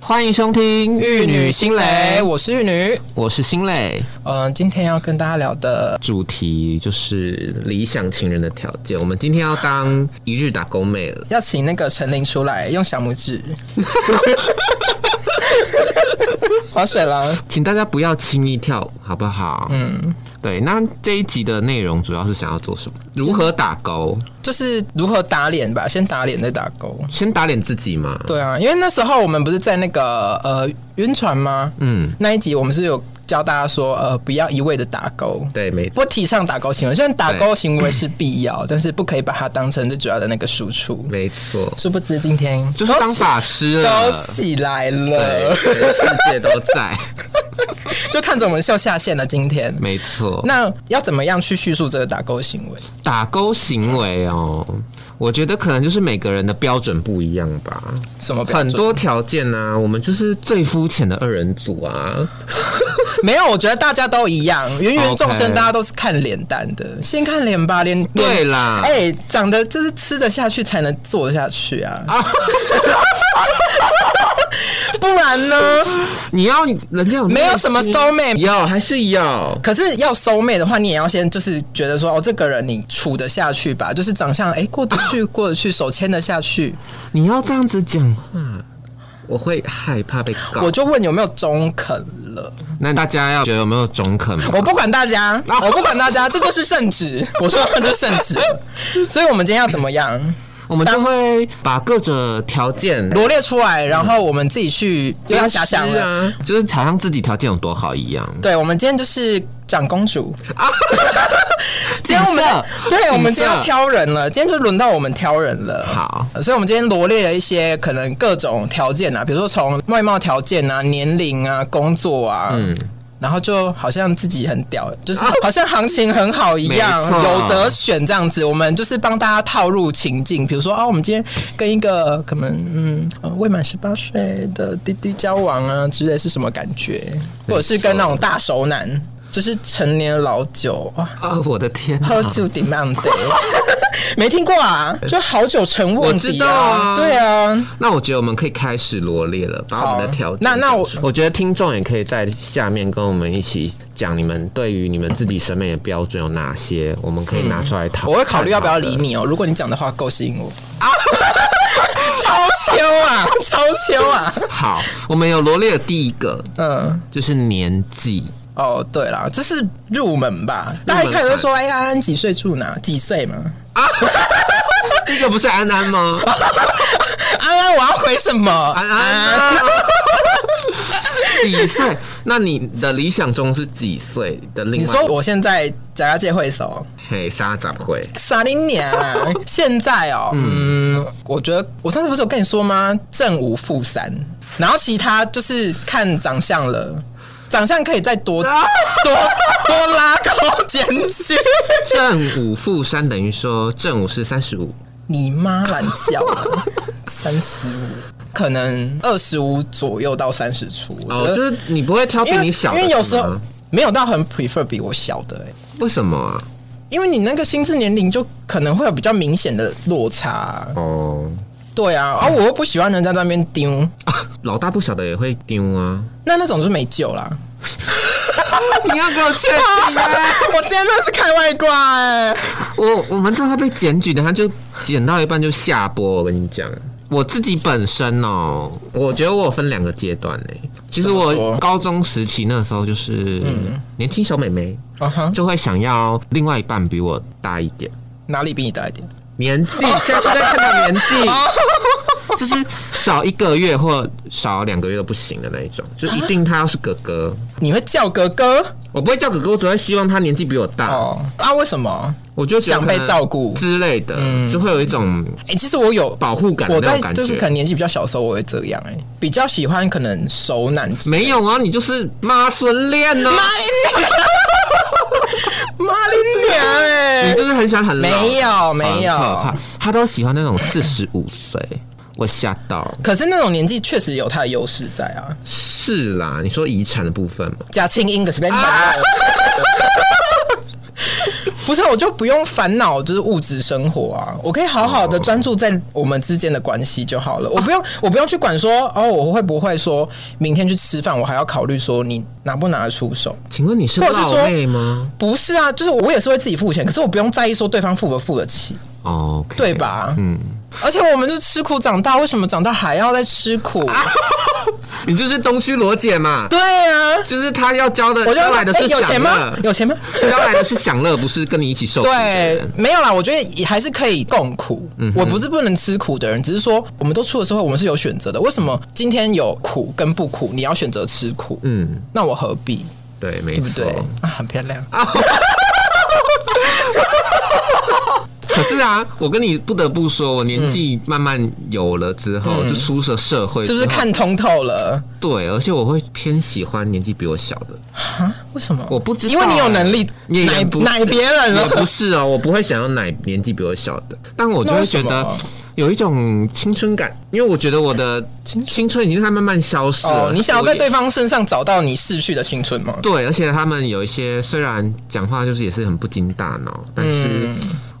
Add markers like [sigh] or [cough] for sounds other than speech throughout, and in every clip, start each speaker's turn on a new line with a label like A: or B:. A: 欢迎收听《玉女心蕾》，
B: 我是玉女。
A: 我是心蕾。
B: 嗯、今天要跟大家聊的，
A: 主题就是理想情人的条件。我们今天要当一日打工妹了，
B: 要请那个陈琳出来，用小
A: [laughs]
B: 拇指。划水了，
A: 请大家不要轻易跳舞，好不好？嗯，对。那这一集的内容主要是想要做什么？如何打勾？
B: 就是如何打脸吧，先打脸再打勾。
A: 先打脸自己嘛。
B: 对啊，因为那时候我们不是在那个呃晕船吗？
A: 嗯，
B: 那一集我们是有教大家说，呃，不要一味的打勾。
A: 对，没
B: 不提倡打勾行为，虽然打勾行为是必
A: 嗯
B: 要，但是不可以把它当成最主要的那个输出。
A: 没错，
B: 殊不知今天
A: 就是当法师
B: 都
A: 了。
B: 起来
A: 对，
B: 了，
A: 全世界都在，
B: 就看着我们秀下线了。今天，
A: 没 [laughs] 错。
B: 那要怎么样去叙述这个打勾行为？
A: 打勾行为哦，我觉得可能就是每个人的标准不一样吧。
B: 什么标准
A: 很多条件啊，我们就是最肤浅的二人组啊。
B: 没有，我觉得大家都一样，芸芸众生，
A: OK
B: 大家都是看脸蛋的。先看脸吧，脸
A: 对
B: 脸
A: 啦，
B: 哎、长得就是吃得下去才能做得下去啊， [laughs] 不然呢，
A: 你要人家有
B: 没有什么
A: 收，
B: soul mate。
A: 要还是要？
B: 可是要收妹的话，你也要先就是觉得说，哦，这个人你处得下去吧，就是长相哎、过得去，过得去，手牵得下去。
A: 你要这样子讲话，我会害怕被告。
B: 我就问有没有中肯了，
A: 那大家要觉得有没有中肯吗？
B: [laughs] 我不管大
A: [laughs]
B: 家，我不管大家，这就是圣旨。我说这就是圣旨，所以我们今天要怎么样？
A: 我们就会把各种条件
B: 罗列出来，然后我们自己去又要遐想了。
A: 啊，就是好像自己条件有多好一样。
B: 对，我们今天就是长
A: [laughs]
B: 公主。今天我们
A: 景色
B: 对，我们今
A: 景色
B: 天要挑人了，今天就轮到我们挑人了。
A: 好
B: 呃，所以我们今天罗列了一些可能各种条件啊，比如说从外貌条件啊、年龄啊、工作啊，嗯。然后就好像自己很屌，就是好像行情很好一样，
A: 啊没错
B: 有得选这样子。我们就是帮大家套入情境，比如说啊，我们今天跟一个可能嗯、呃未满十八岁的弟弟交往啊之类是什么感觉，或者是跟那种大熟男，就是成年老酒啊，
A: 啊，我的天、啊！
B: 喝酒 demand day，没听过啊？就好酒成瓮
A: 我知
B: 底
A: 道啊
B: 对啊，
A: 那我觉得我们可以开始罗列了，把我们的条件
B: 好那那
A: 讲
B: 我
A: 啊出来我觉得听众也可以在下面跟我们一起讲你们对于你们自己审美的标准有哪些，我们可以拿出来讨。
B: 我会考虑要不要理
A: 探讨的。
B: 你哦。如果你讲的话够吸引我，啊 [laughs] 超秋啊， [laughs] 超秋啊，
A: 好，我们有罗列的第一个
B: 嗯。
A: 就是年纪，
B: 哦，对啦，这是入门吧？大家一开始就说：“哎呀，安安几岁住哪？几岁嘛
A: 第一个不是安安吗？？”
B: 安安，我要回什么？
A: 安安、啊。几岁？那你的理想中是几岁的另外？
B: 你说我现在假家界会所
A: 嘿，沙咋会？
B: 啥零 [laughs] 年啊？现在哦，嗯，我觉得我上次不是有跟你说吗？正五负三，然后其他就是看长相了。长相可以再 [laughs] 多多多拉高间距。
A: 正五负三等于说正五是三十五，
B: [laughs] 你妈懒觉啊，三十五，可能二十五左右到三十出。我
A: 哦，
B: 觉得
A: 就是你不会挑比
B: 因为
A: 你小的
B: 因为有时
A: 是
B: 候
A: 吗
B: 没有到很 prefer 比我小的、欸，
A: 为什么啊？
B: 因为你那个心智年龄就可能会有比较明显的落差啊、
A: 哦，
B: 对啊，而、我又不喜欢人家在那边丢，
A: 老大不小的也会丢啊！
B: 那那种就没救啦。 [laughs]
A: 你要给我确
B: 我今天那是开外挂哎、
A: [laughs] 我我们知道他被检举的，他就剪到一半就下播。我跟你讲，我自己本身哦，我觉得我有分两个阶段呢、其实
B: 怎么
A: 我
B: 说嗯
A: 高中时期那时候就是年轻小美眉，
B: 啊哈，
A: 就会想要另外一半比我大一点。
B: 哪里比你大一点？
A: 年纪，现在是在看到年 [laughs] 纪，就是少一个月或少两个月都不行的那一种，就一定他要是哥哥，
B: 你会叫哥哥
A: 我不会叫哥哥，我只会希望他年纪比我大。
B: 哦啊？为什么？
A: 我就觉得
B: 想被照顾
A: 之类的，就会有一种
B: 哎、其实我有
A: 保护感的
B: 我
A: 那
B: 在
A: 种感觉。
B: 就是可能年纪比较小的时候，我会这样哎、比较喜欢可能熟男 [laughs] 之。
A: 没有啊，你就是妈孙恋啊呢，
B: 妈你娘哎、
A: 你就是很想 [laughs] 很老，
B: 没有没有
A: 很可怕他都喜欢那种四十五岁，我吓到。
B: 可是那种年纪确实有他的优势在啊，
A: 是啦，你说遗产的部分嘛，
B: 假清音可是被打。 [laughs] 不是，我就不用烦恼就是物质生活啊，我可以好好的专注在我们之间的关系就好
A: 啊
B: 了。我不用，我不用去管说哦，我会不会说明天去吃饭，我还要考虑说你拿不拿得出手。
A: 请问你是
B: 或者是
A: 老
B: 说
A: 妹吗
B: 不是啊，就是我也是会自己付钱，可是我不用在意说对方付不付得起，
A: 哦，OK
B: 对？吧？
A: 嗯，
B: 而且我们就吃苦长大，为什么长大还要再吃苦？
A: 啊你就是东区罗姐嘛，
B: 对啊，
A: 就是她要教的，
B: 我就
A: 教来的是
B: 哎有
A: 享
B: 钱吗
A: 乐？，
B: 有钱吗？
A: 教来的是享乐，不是跟你一起受苦的
B: 对
A: 人。，嗯
B: 没有啦，我觉得也还是可以共苦。我不是不能吃苦的人，只是说我们都出了社会，我们是有选择的。为什么今天有苦跟不苦，你要选择吃苦？
A: 嗯，
B: 那我何必？
A: 对，没
B: 对不
A: 错
B: 对。？啊，很漂亮。
A: 可是啊，我跟你不得不说，我年纪慢慢有了之后，就出了社会，
B: 嗯是不是？看通透了？
A: 对，而且我会偏喜欢年纪比我小的。
B: 啊？为什么？
A: 我不知道
B: 因为你有能力
A: 也
B: 奶
A: 不
B: 奶
A: 是
B: 别人
A: 也不
B: 了。
A: 是哦，我不会想要奶年纪比我小的，但我就会觉
B: 那
A: 得
B: 为什么
A: 有一种青春感，因为我觉得我的
B: 青春
A: 青春已经在慢慢消失了。
B: 哦，你想要
A: 我也
B: 在对方身上找到你逝去的青春吗？
A: 对，而且他们有一些虽然讲话就是也是很不经大脑，但是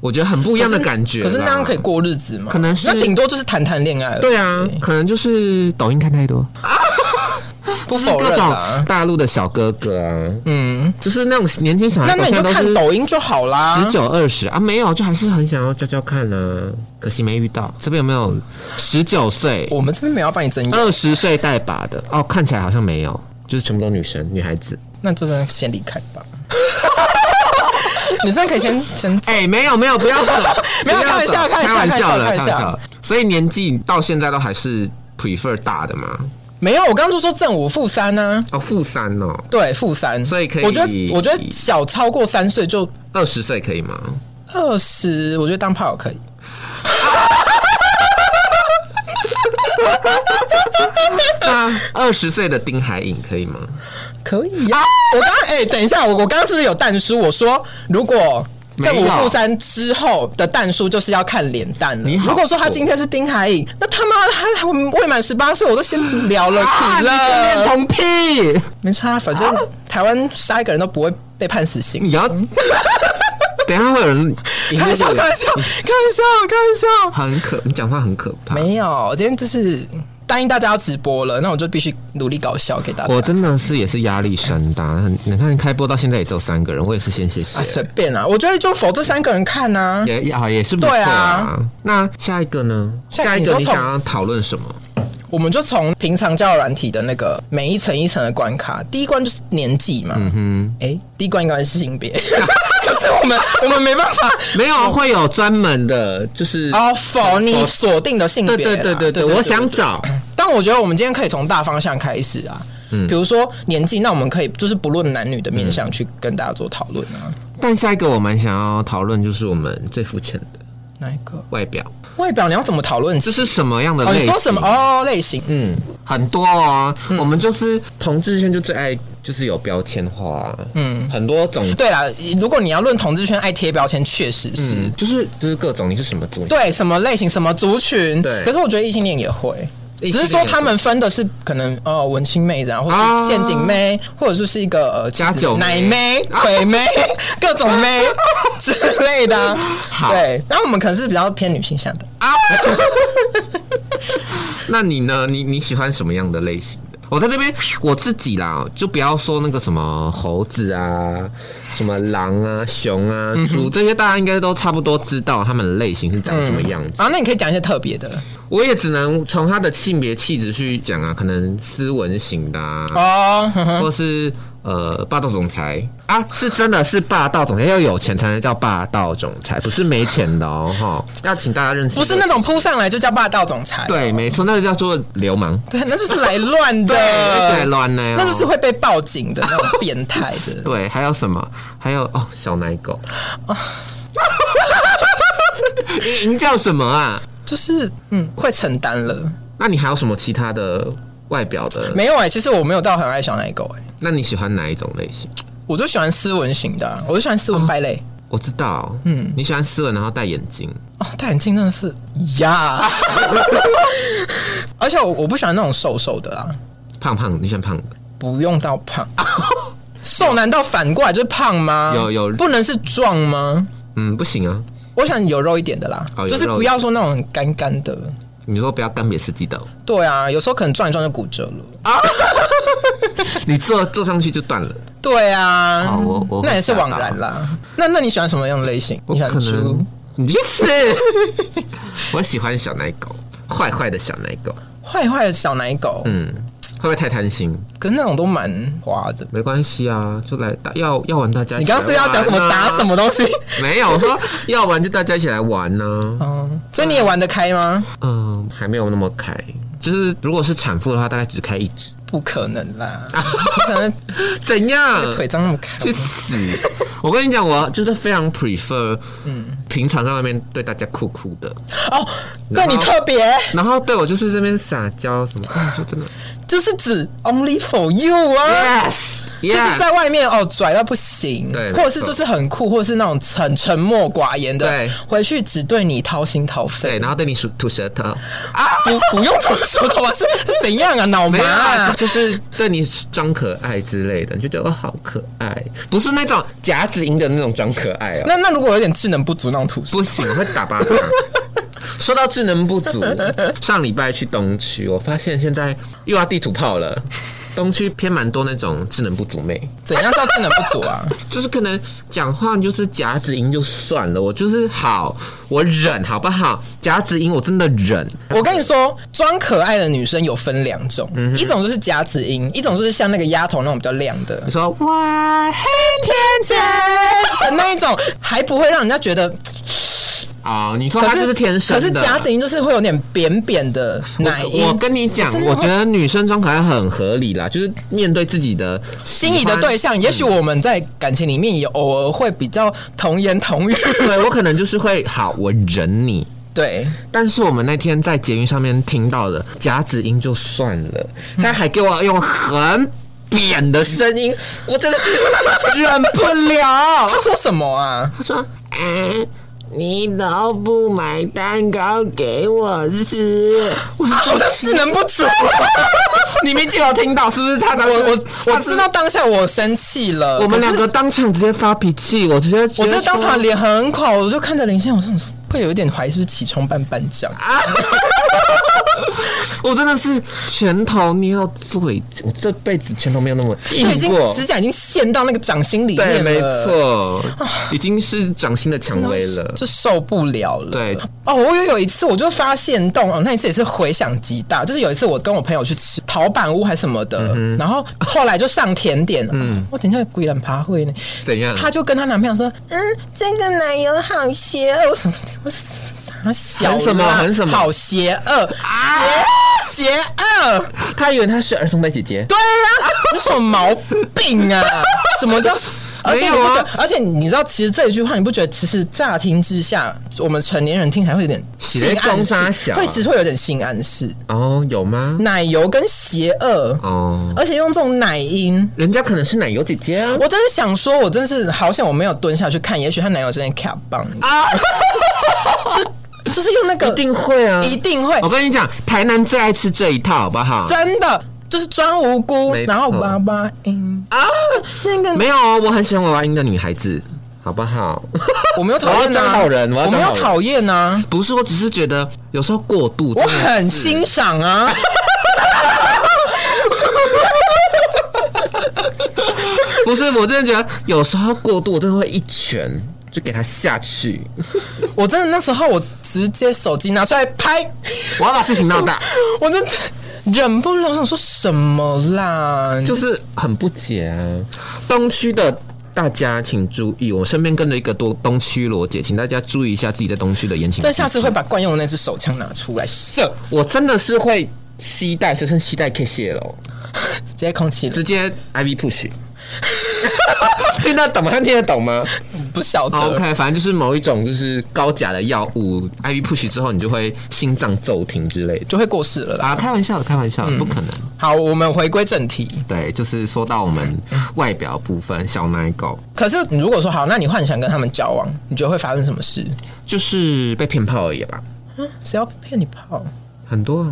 A: 我觉得很不一样的感觉
B: 嗯可是那样可以
A: 啦。
B: 过日子吗？
A: 可能是
B: 那顶多就是谈谈恋爱而已。
A: 对啊，可能就是抖音看太多，
B: 不
A: 就是
B: 否
A: 各
B: 认
A: 种
B: 啊。
A: 大陆的小哥哥啊，
B: 嗯，
A: 就是那种年轻小
B: 那
A: 孩，
B: 那你就看抖音就好啦。
A: 十九二十啊，没有，就还是很想要教教看啊，可惜没遇到。这边有没有十九岁、
B: 我们这边没有要帮你争议，
A: 二十岁带把的？哦，看起来好像没有，就是全部都女生、女孩子。
B: 那就算先离开吧。 [laughs] 女生可以先先
A: 哎、没有没有，不要 [laughs] 走，
B: 没有
A: 不要走
B: 开
A: 开
B: 玩笑
A: 玩笑了，开
B: 开玩
A: 玩
B: 笑
A: 笑了。所以年纪到现在都还是 prefer 大的嘛？
B: 没有，我刚刚就说正五负三呢、
A: 哦，负三哦，
B: 对，负三，
A: 所以可以
B: 我觉得我觉得小超过三岁就
A: 二十岁可以 [laughs] 吗？
B: 二十，我觉得当炮友可以。
A: 那啊二十岁的丁海颖可以吗？
B: 可以呀、我刚刚哎、等一下，我我刚刚是不是有蛋叔？我说如果在
A: 没
B: 五
A: 有
B: 负三之后的蛋叔就是要看脸蛋了。
A: 你好
B: 如果说他今天是丁海颖，那他妈的他未满十八岁，我都先聊了
A: 啊
B: 起
A: 你是
B: 了，
A: 恋童癖，
B: 没差，反正台湾杀一个人都不会被判死刑。
A: 你 [laughs] 要等一下会有人
B: 开玩笑，开玩笑，开玩笑，开玩笑。
A: 很可，你讲话很可怕。
B: 没有，我今天就是答应大家要直播了，那我就必须努力搞笑给大家
A: 我。真的是也是压力山大，很你看开播到现在也只有三个人，我也是先谢谢，
B: 啊，随便啊，我觉得就否这三个人看啊。
A: 也也好也是不错
B: 对。
A: 那下一个呢？
B: 下一
A: 啊下一
B: 个你
A: 个
B: 说
A: 你
B: 从
A: 想要讨论什么？
B: 我们就从平常交友软体的那个每一层一层的关卡，第一关就是年纪嘛，嗯哼，哎、第一关应该是性别， [laughs] 可是我们我们没办 [laughs] 法
A: 没有，会有专门的，就是
B: 哦，否你锁定的性别
A: 对
B: 啦，
A: 对对对对，我想找
B: 但我觉得我们今天可以从大方向开始啊，
A: 嗯
B: 比如说年纪，那我们可以就是不论男女的面向去跟大家做讨论啊。
A: 但下一个我蛮想要讨论，就是我们最肤浅的
B: 哪一个
A: 外表，
B: 外表你要怎么讨论？
A: 这是什么样的
B: 哦，
A: 类
B: 你
A: 型？
B: 说什么？哦，类型，
A: 嗯，很多哦，我们就是同志圈就最爱就是有标签化啊，嗯，很多种
B: 对啦，如果你要论同志圈爱贴标签，确实是。
A: 嗯，就是就是各种你是什么族，
B: 对什么类型、什么族群，
A: 对
B: 可是我觉得异性恋也会，
A: 异
B: 只
A: 性恋
B: 是说他们分的是可能呃文青妹子啊，或者
A: 啊
B: 是陷阱妹，或者就是一个呃
A: 加酒妹啊
B: 奶妹、腿妹、 [laughs] 各种
A: [laughs]
B: 妹之类的啊。
A: 好
B: 对，然后我们可能是比较偏女性向的。
A: 那你呢？你你喜欢什么样的类型的？我在这边我自己啦，就不要说那个什么猴子啊、什么狼啊、熊啊、猪、这些，大家应该都差不多知道它们的类型是长什么样子。
B: 然啊后那你可以讲一些特别的
A: 我也只能从它的性别气质去讲啊，可能斯文型的啊，
B: 哦， [laughs] 呵呵
A: 或是呃霸道总裁啊，是真的是霸道总裁，要有钱才能叫霸道总裁，不是没钱的哦，哈， [laughs] 要请大家认识，
B: 不是那种扑上来就叫霸道总裁，
A: 对，没错，那个叫做流氓。
B: 对，那就是来乱的，
A: [laughs] 对，乱呢、哦
B: 那就是会被报警的那种变态的。
A: 对，还有什么？还有哦，小奶狗。啊 [laughs] 你您叫什么啊？
B: 就是嗯，会承担了。
A: 那你还有什么其他的外表的？
B: 没有哎、其实我没有到很爱小奶狗哎、
A: 那你喜欢哪一种类型？
B: 我就喜欢斯文型的啊、我就喜欢斯文败类。
A: 我知道，嗯，你喜欢斯文，然后戴眼镜，
B: 哦，戴眼镜真的是呀 [laughs] 而且我我不喜欢那种瘦瘦的啦，
A: 胖胖，你喜欢胖的。
B: 不用到胖。瘦难道反过来就是胖吗？
A: 有有
B: 不能是壮吗？
A: 嗯，不行啊，
B: 我想有肉一点的啦，
A: 哦有
B: 就是
A: 肉
B: 不要说那种很干干的。
A: 你说不要干瘪是记得，哦
B: 对啊，有时候可能撞一撞就骨折了。
A: [laughs] 你坐坐上去就断了。
B: 对啊，
A: 好哦我我
B: 那也是
A: 会吓
B: 枉
A: 到
B: 然啦。那那你喜欢什么样的类型？
A: 我
B: 你喜欢
A: 可
B: 猪
A: 能？你去死！ [laughs] 我喜欢小奶狗，坏坏的小奶狗，
B: 坏坏的小奶狗，
A: 嗯，会不会太贪心？
B: 可是那种都蛮花的。
A: 没关系啊，就来打要要玩大家一
B: 你
A: 起来
B: 刚
A: 玩啊、
B: 刚是要讲什么打什么东西？
A: 没有，我说要玩就大家一起来玩呢、
B: 嗯，所以你也玩得开吗？
A: 嗯，还没有那么开，就是如果是产妇的话，大概只开一只。
B: 不可能啦，不可能
A: 怎样？
B: 腿张那么开。
A: 去 [laughs] 死！我跟你讲，我就是非常 prefer，嗯，平常在外面对大家酷酷的，
B: 哦，对你特别，
A: 然后对我就是这边撒娇什么，就真的
B: 就是指 only for you 啊。
A: yes
B: 就是
A: yes，
B: 在外面哦，拽到不行，
A: 对
B: 或者是
A: 没错
B: 就是很酷，或者是那种很沉默寡言的，
A: 对
B: 回去只对你掏心掏肺，啊
A: 对，然后对你吐吐舌头，
B: 不不用吐舌头啊，是是怎样啊？脑
A: 没
B: 麻、
A: 有啊，
B: 啊？
A: 就是对你装可爱之类的，你就觉得哦好可爱，不是那种夹子音的那种装可爱哦，
B: 那那如果有点智能不足那种吐舌，
A: 不行，我会打巴掌。 [laughs] 说到智能不足，上礼拜去东区，我发现现在又要地图炮了。东区偏蛮多那种智能不足妹，
B: 怎样叫智能不足啊？
A: 就是可能讲话就是夹子音就算了，我就是好，我忍好不好？夹子音我真的忍。
B: 我跟你说，装可爱的女生有分两种，
A: 嗯
B: 一种就是夹子音，一种就是像那个丫头那种比较亮的
A: 你，说哇嘿天真
B: 那一种还不会让人家觉得，
A: 啊、你说
B: 可
A: 她
B: 是
A: 就是天生
B: 可
A: 的，
B: 是夹子音就是会有点扁扁的奶音。
A: 我跟你讲
B: 真，的
A: 我
B: 会
A: 觉得女生装可爱很合理啦，就是面对自己的
B: 心仪的对
A: 对，
B: 象，也许我们在感情里面也偶尔会比较童言
A: [laughs]
B: 童语，
A: 对我可能就是会好，我忍你。
B: 对，
A: 但是我们那天在捷运上面听到的夹子音就算了，他还给我用很扁的声音，我真的是忍不了。
B: 他说什
A: [laughs]
B: 么啊？
A: 他说：“哎，你都不买蛋糕给我吃。”我
B: 好像智能不足。
A: [laughs] 你没记得听到是不是他的？
B: 我我我知道当下我生气了，
A: 我们
B: 可是
A: 两个当场直接发脾气，我直接
B: 我这当场脸很垮，我就看着林先生，我说会有一点怀疑是不是起床半半张，
A: 我真的是拳头捏到最，我这辈子拳头没有那么
B: 就已
A: 硬
B: 经
A: 过。
B: 指甲已经陷到那个掌心里
A: 对，
B: 面了，
A: 没错，已经是掌心的蔷薇
B: [laughs]
A: 了。
B: 就受不了了。
A: 对，
B: 哦，我有有一次我就发现动哦，那一次也是回想极大，就是有一次我跟我朋友去吃陶板屋还是什么
A: 嗯
B: 的，然后后来就上甜点，嗯，我等一下鬼脸爬会呢，
A: 怎样？
B: 她就跟她男朋友说，嗯，这个奶油好邪恶，我什么 [laughs] 我啥小
A: 很什么
B: 啦
A: 很什么啊
B: 好邪恶，邪邪恶。
A: 他以为他是儿童的姐姐。
B: 对 [laughs] 啊，有什么毛病啊？什么叫？而且你不
A: 没有
B: 觉
A: 啊
B: 得，而且你知道，其实这一句话，你不觉得其实乍听之下，我们成年人听起来会有点性
A: 邪公杀
B: 暗示，
A: 小
B: 会其实会有点性暗示，
A: 哦，有吗？
B: 奶油跟邪恶，
A: 哦，
B: 而且用这种奶音。
A: 人家可能是奶油姐姐啊。
B: 我真是想说，我真是好想我没有蹲下去看，也许她男友真的卡棒啊， [laughs] 是就是用那个
A: 一定会啊！
B: 一定会
A: 我跟你讲，台南最爱吃这一套，好不好？
B: 真的就是装无辜，
A: 没错
B: 然后爸爸音啊，那个
A: 没有哦，我很喜欢娃娃音的女孩子，好不好？
B: 我没有讨
A: 我
B: 厌
A: 要
B: 呐、
A: 当
B: 啊，
A: 好人我要
B: 我
A: 当
B: 没有
A: 好人
B: 讨厌呐，
A: 不是，我只是觉得有时候过度。
B: 我
A: 真的是
B: 很欣赏啊。
A: 不是，我真的觉得有时候过度，我真的会一拳就给他下去。
B: 我真的那时候我直接手机拿出来拍，
A: 我要把事情闹大，
B: 我真的忍不了，我想说什么啦？
A: 就
B: 就是
A: 是很不解啊。东区的大家请注意，我身边跟着一个多东区罗姐，请大家注意一下自己在东区的言情。
B: 这下次会，把惯用的那只手枪拿出来射，
A: 我真的是会吸带，随身吸带 K 卸了，
B: 直接空气了，
A: 直接 IV push。听得懂吗？听得懂吗
B: 不晓得。
A: ？OK，反正就是某一种就是高钾的药物，IV push 之后你就会心脏骤停之类的
B: 就会过世了啦。
A: 啊！开玩笑的，开玩笑的，不可能。
B: 好，我们回归正题。
A: 对，就是说到我们外表部分，小奶狗
B: 可是你如果说好，那你幻想跟他们交往，你觉得会发生什么事？
A: 就是被骗炮而已吧，
B: 谁要骗你泡？
A: 很多啊，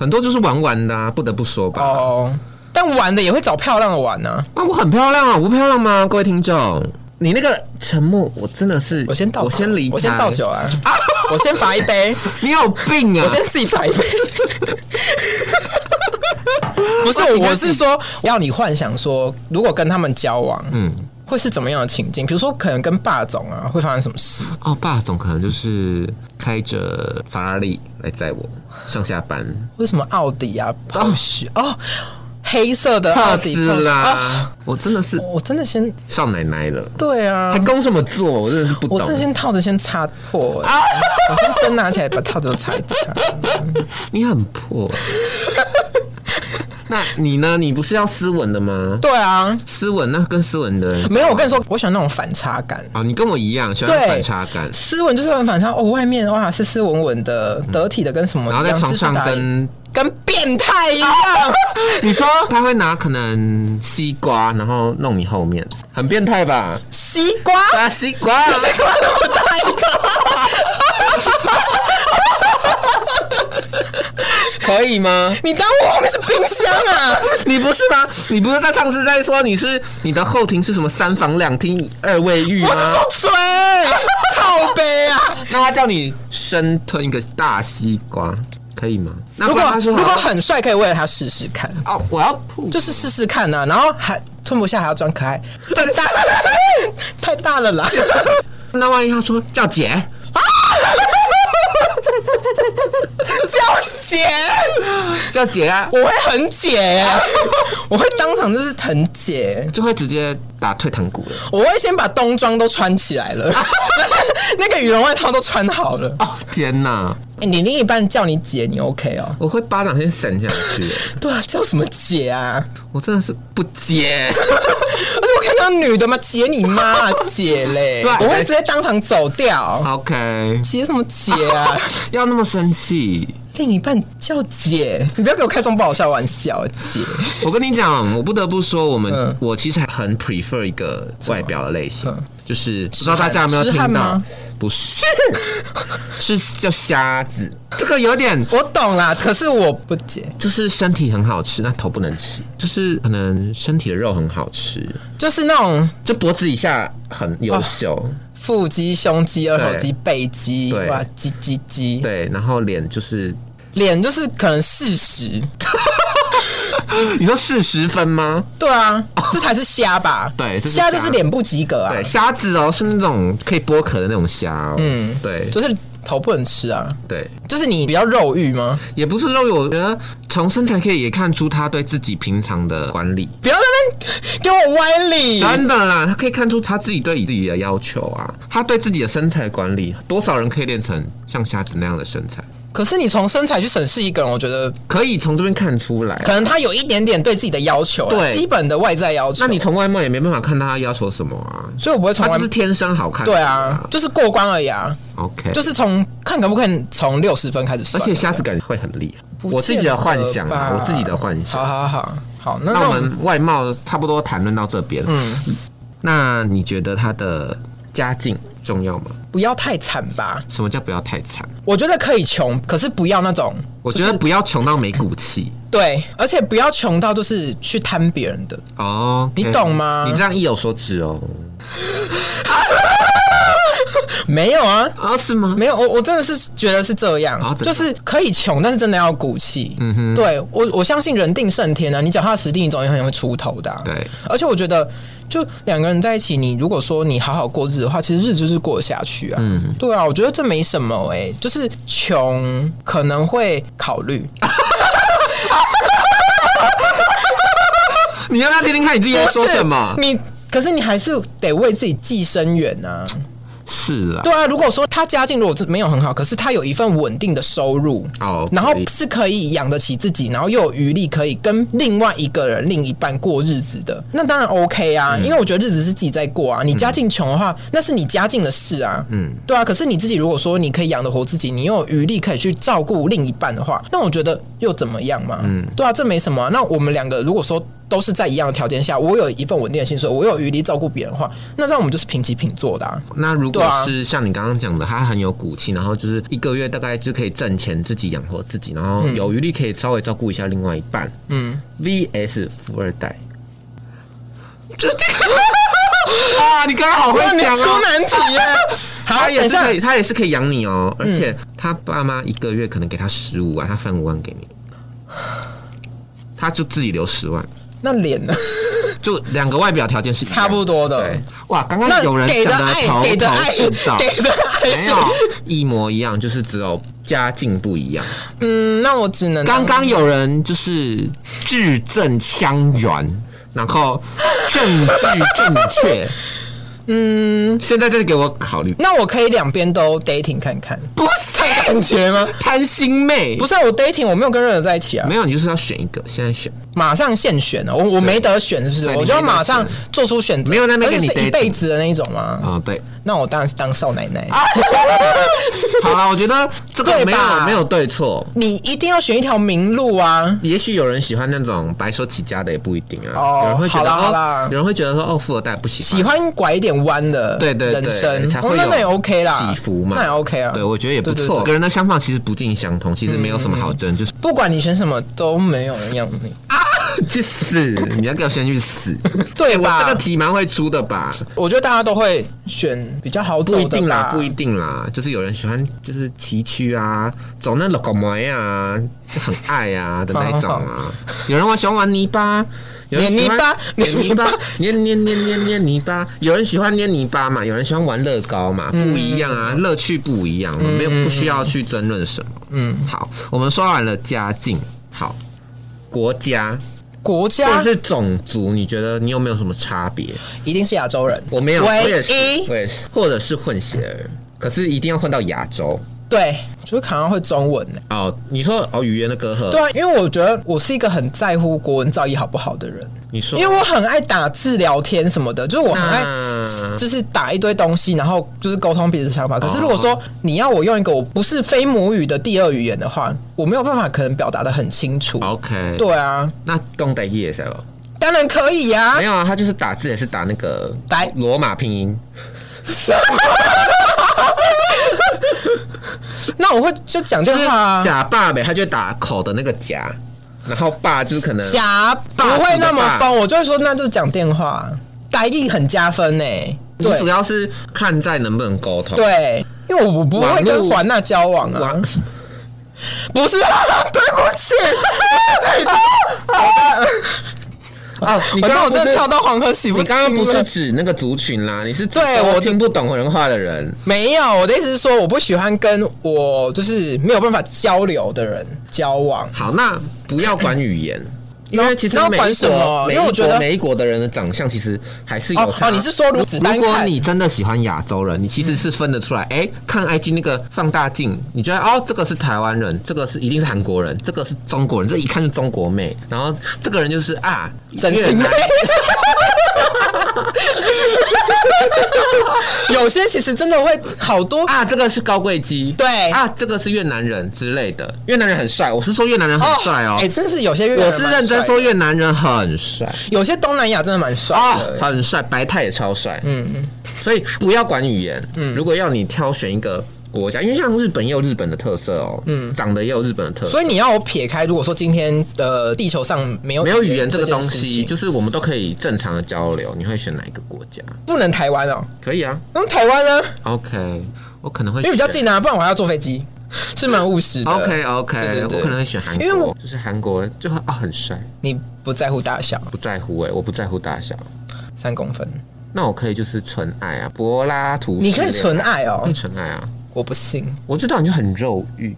A: 很多就是玩玩的、啊，不得不说吧。
B: 哦，但玩的也会找漂亮的玩呢、
A: 啊，我很漂亮啊，我不漂亮吗？各位听众，你那个沉默，我真的是，
B: 我先倒，啊
A: 我先离，
B: 我先倒酒，
A: [laughs]
B: 啊！我先罚一杯，
A: 你有病啊！
B: 我先自己罚一杯。 [laughs] 不是，我哦是说，要你幻想说，如果跟他们交往，嗯，会是怎么样的情境？比如说，可能跟霸总啊，会发生什么事？
A: 哦，霸总可能就是开着法拉利来载我上下班，
B: 为什么奥迪啊、暴雪哦，黑色的奥
A: 特
B: 迪
A: 斯
B: 啊
A: 拉，我真的是
B: 我真的先
A: 少奶奶了，
B: 对啊
A: 还，攻什么做？我真的是不
B: 我真的
A: 懂。
B: 先套着先擦破、欸，我先针拿起来把套子都擦一擦。
A: 你很
B: [laughs]
A: 破。那你呢？你不是要斯文的吗？
B: 对啊，
A: 斯文那跟斯文的
B: 没有，我跟你说，我喜欢那种反差感。
A: 哦，你跟我一样喜欢
B: 嗯对
A: 反差感，
B: 斯文就是很反差哦，外面哇斯斯文文的、得体的，跟什么
A: 然后在
B: 杨
A: 床
B: 枝
A: 上
B: 达理
A: 跟
B: 跟变态
A: [laughs]
B: 一样。
A: 你说他会拿可能西瓜，然后弄你后面，很变态吧？
B: 西瓜， [laughs]
A: 拿西瓜，
B: 西瓜那么大一个，
A: 可以吗？
B: 你当我后面是冰箱啊？
A: 你不是吗？你不是在上次在说你是你的后庭是什么三房两厅二卫浴吗
B: 我？是说嘴，靠背啊。
A: 那他叫你生吞一个大西瓜，可以吗？ [laughs] 那
B: 如
A: 不
B: 果
A: 然他说
B: 如果
A: 好
B: 很帅，可以为了他试试看，
A: 哦，我要吐，
B: 就是试试看呐、啊，然后还吞不下还要装可爱， [laughs] 太大太大
A: [laughs]
B: 了啦。
A: 那万一他说叫姐，
B: 叫姐，
A: 叫姐啊，
B: 我会很解耶，我会当场就是很解，
A: 就会直接打退堂鼓了。
B: 我会先把冬装都穿起来
A: [laughs]
B: 了，那个羽绒外套都穿好了。
A: 哦天哪，
B: 哎、你另一半叫你姐，你 OK 哦？
A: 我会巴掌先闪下去，
B: 对啊，叫什么姐啊？
A: 我真的是不接。
B: 而且我看到女的嘛，姐你妈、啊、姐嘞，
A: [laughs] 对
B: 我会直接当场走掉。
A: [laughs] OK，
B: 姐什么姐啊？
A: [laughs] 要那么生气？
B: 另一半叫姐，你不要给我开这种不好笑的玩笑，姐。
A: 我跟你讲，我不得不说，我们、
B: 嗯
A: 我其实很 prefer 一个外表的类型
B: 嗯，
A: 就是不知道大家有没有
B: 痴汉
A: 听到
B: 吗？
A: 不是， [laughs] 是叫瞎子，这个有点。
B: 我懂啦，可是我不解，
A: 就是身体很好吃，那头不能吃。就是可能身体的肉很好吃，
B: 就是那种
A: 就脖子以下很优秀，
B: 哦腹肌、胸肌、二头肌、背肌，
A: 对
B: 哇，鸡鸡鸡，
A: 对，然后脸就是，
B: 脸就是可能四十，
A: 你说四十分吗？
B: 对啊，这才是瞎吧？
A: [laughs] 对这是
B: 瞎就
A: 瞎
B: 是脸不及格啊
A: 对，，虾子哦，是那种可以剥壳的那种虾、哦，嗯，对
B: 就是头不能吃啊，
A: 对，
B: 就是你比较肉欲吗？
A: 也不是肉肉，我觉得从身材可以也看出他对自己平常的管理，
B: 不要在那边给我歪理。
A: 真的啦，他可以看出他自己对自己的要求啊，他对自己的身材管理，多少人可以练成像虾子那样的身材，
B: 可是你从身材去审视一个人，我觉得
A: 可以从这边看出来。
B: 可能他有一点点对自己的要求啊，
A: 对
B: 基本的外在要求。
A: 那你从外貌也没办法看他要求什么啊，
B: 所以我不会从
A: 他
B: 外
A: 就是天生好看。
B: 对啊，就是过关而已啊，
A: ，OK，
B: 就是从看可不可以从六十分开始
A: 而
B: 算。
A: 且虾子感觉会很厉害，
B: 不见得
A: 我自己的幻想啊，
B: 吧
A: 我自己的幻想
B: 好。好好好，那
A: 那
B: 那
A: 我
B: 我们
A: 们外貌差不多谈论到这边，嗯，那你觉得他的家境重要吗？
B: 不要太惨吧。
A: 什么叫不要太惨？
B: 我觉得可以穷，可是不要那种
A: 我觉得不要穷到没骨气
B: 对，而且不要穷到就是去贪别人的。
A: 哦，
B: 你懂吗
A: 你这样意有所指哦。
B: 没有啊，
A: 啊，是吗？
B: 没有，我我真的是觉得是这样，
A: 啊真的
B: 就是可以穷，但是真的要有骨气。嗯哼，对我我相信人定胜天啊，你脚踏实地，你总也很会出头的啊、
A: 对，
B: 而且我觉得，就两个人在一起，你如果说你好好过日子的话，其实日子就是过得下去啊。嗯，对啊，我觉得这没什么哎、就是穷可能会考虑，
A: 哦你让他听听看你自己在说什么
B: 不。是你。可是你还是得为自己计生源啊，
A: 是啊，
B: 对啊。如果说他家境如果是没有很好，可是他有一份稳定的收入，
A: 哦，
B: 然后
A: 可以
B: 是可以养得起自己，然后又有余力可以跟另外一个人、另一半过日子的，那当然 OK
A: 嗯
B: 啊，因为我觉得日子是自己在过啊。你家境穷的话，那是你家境的事啊，嗯，对啊。可是你自己如果说你可以养得活自己，你又有余力可以去照顾另一半的话，那我觉得又怎么样嘛？嗯，对啊，这没什么啊、那我们两个如果说都是在一样的条件下，我有一份稳定的薪水，我有余力照顾别人的话，那这样我们就是平起平坐的、啊。
A: 那如
B: 对
A: 果
B: 啊
A: 是像你刚刚讲的，他很有骨气，然后就是一个月大概就可以挣钱自己养活自己，然后有余力可以稍微照顾一下另外一半。
B: 嗯，
A: VS 富二
B: [laughs]
A: 代，这这个啊，你刚刚好会
B: 哇你
A: 讲
B: 出
A: 哦。
B: 难题耶、啊好，
A: [laughs] 他
B: 等
A: 也
B: 一
A: 是
B: 下嗯
A: 可，以，他也是可以养你哦，而且他爸妈一个月可能给他十五万，他分五万给你，他就自己留十万，
B: 那脸呢？ [laughs]
A: 就两个外表条件是一样
B: 差不多的
A: 对，哇，刚刚
B: 那
A: 有人
B: 给的
A: 讲得
B: 爱，
A: 头
B: 给的
A: 头
B: 爱，
A: 是道，
B: 给的爱
A: 没
B: 是
A: 有一模一样，就是只有家境不一样。
B: 嗯，那我只能
A: 刚刚有人就是字正腔圆，然后证据正
B: [laughs]
A: 确。嗯，现在再给我考虑，
B: 那我可以两边都 dating 看看，
A: 不是
B: 这感觉吗？
A: 贪心妹，
B: 不是、啊、我 dating，我没有跟任何人在一起啊，
A: 没有，你就是要选一个，现在选。
B: 马上现选了、我我没得选，是不是？
A: 对
B: 我
A: 你
B: 就要
A: 没得
B: 马上做出选择，
A: 没有那边
B: 而且
A: 给你
B: 是一
A: dating
B: 辈子的那一种吗？
A: 啊、
B: [laughs]
A: 对，
B: 那我当然是当少奶奶。
A: 好了，我觉得这个
B: 对
A: 没
B: 吧
A: 有没有对错。
B: 你一定要选一条明路啊！
A: 也许有人喜欢那种白手起家的也不一定啊，
B: 哦
A: 有人会觉得
B: 好啦好啦
A: 哦，有人会觉得说哦，富二代不喜欢，
B: 喜欢拐一点弯的
A: 对对对，
B: 人生，
A: 才
B: 哦
A: 会
B: 那
A: 有
B: 那也 OK 啦，
A: 起伏嘛，
B: 那也 OK 啊。
A: 对，我觉得也不
B: 对对
A: 错。
B: 对嗯
A: 个人的想法其实不尽相同，其实没有什么好争，就是
B: 不管你选什么都没有人要你，
A: [laughs] 去死，你要给我先去 [laughs] 死。
B: 对
A: 哎我
B: 吧？
A: 这个题蛮会出的吧？
B: 我觉得大家都会选比较好走
A: 不
B: 的吧
A: 一定啦，不一定啦，就是有人喜欢就是崎岖啊，走那老狗毛啊，就很爱啊的那一种 [laughs] 啊。有人玩喜欢玩泥巴。有人喜欢
B: 黏
A: 黏
B: 泥
A: 泥
B: 巴
A: 巴，黏黏黏黏黏泥巴。有人喜欢捏泥巴嘛，有人喜欢玩乐高嘛，不一样啊，乐趣不一样，我们没有不需要去争论什么。
B: 嗯，
A: 好，我们说完了家境，好，国家
B: 国
A: 或者
B: 家
A: 是种族，你觉得你有没有什么差别？
B: 一定是亚洲人，
A: 我没有，我也
B: 唯
A: 是，
B: 一
A: 我也是，或者是混血儿，可是一定要混到亚洲
B: 对，就是可能会中文呢、
A: 哦。你说哦，语言的隔阂，
B: 对啊，因为我觉得我是一个很在乎国文造诣好不好的人，
A: 你说，
B: 因为我很爱打字聊天什么的，就是我很爱
A: 那哦
B: 就是打一堆东西，然后就是沟通彼此的想法。可是如果说你要我用一个我不是非母语的第二语言的话，我没有办法可能表达的很清楚。
A: 哦 OK，
B: 对啊，
A: 那东北语也是哦，
B: 当然可以呀、啊
A: 没。有啊，他就是打字也是打那个
B: 来，
A: 罗马拼音，
B: 那我会就讲
A: 就
B: 电
A: 是
B: 话啊。
A: 假爸呗，他就打口的那个假，然后爸就是可能
B: 假不会那么疯，我就会说那就讲电话，台语很加分呢、
A: 你主
B: 对
A: 要是看在能不能沟通。
B: 对，因为我我不会跟环娜交往啊
A: 网，
B: 不是啊， [laughs] 对不起，
A: 哦，你
B: 我
A: 刚
B: 那
A: 刚
B: 我
A: 不
B: 真的
A: 是
B: 跳到黄河洗不
A: 你
B: 清
A: 刚刚不是
B: 了
A: 指那个族群啦，你是指
B: 对
A: 说
B: 我
A: 听不懂人话的人。
B: 没有，我的意思是说，我不喜欢跟我就是没有办法交流的人交往。
A: 好，那不要管语
B: [laughs]
A: 言，因为其实
B: 那要
A: 每
B: 管
A: 一
B: 什么
A: 国，每
B: 因为
A: 一
B: 我觉
A: 国
B: 得
A: 每一国的人的长相其实还是有
B: 哦
A: 差。
B: 哦，你是说如只单
A: 如果
B: 看嗯
A: 你真的喜欢亚洲人，你其实是分得出来。哎、看 IG 那个放大镜，你觉得哦，这个是台湾人，这个是一定是韩国人，这个是中国人，这一看就中国妹。然后这个人就是啊，
B: 整形
A: 越 [laughs]
B: 妹
A: 南？
B: 有些其实真的会好多
A: 啊，这个是高贵鸡，
B: 对
A: 啊，这个是越南人之类的。越南人很帅，我是说越南人很帅哦
B: 哎、，真是有些越南
A: 我
B: 人
A: 是
B: 蛮
A: 认真
B: 帅
A: 说
B: 的，
A: 越南人很帅。
B: 有些东南亚真的蛮帅
A: 啊
B: 的。，
A: 很帅，白太也超帅。嗯嗯，所以不要管语言。嗯，如果要你挑选一个国家，因为像日本也有日本的特色哦，嗯，长得也有日本的特色。
B: 所以你要我撇开，如果说今天的地球上没有
A: 没有语言这个东
B: 件事
A: 西，
B: 情
A: 就是我们都可以正常的交流。你会选哪一个国家？
B: 不能台湾哦。
A: 可以啊
B: 那台
A: [laughs]
B: 湾呢？
A: ，OK，我可能会
B: 因为比较
A: 选。
B: 近啊，不然我还要坐
A: [laughs]
B: 飞机，是蛮务实的。
A: OK OK，
B: 对对对
A: 我可能会选韩国，
B: 因为我
A: 就是韩国就很啊很帅，
B: 你不在乎大小，
A: 不在乎哎、我不在乎大小。
B: 三公分，
A: 那我可以就是纯爱啊，柏拉图式
B: 你
A: 恋爱，
B: 可以纯爱哦
A: 可以纯爱啊。
B: 我不信。
A: 我知道你就很肉欲，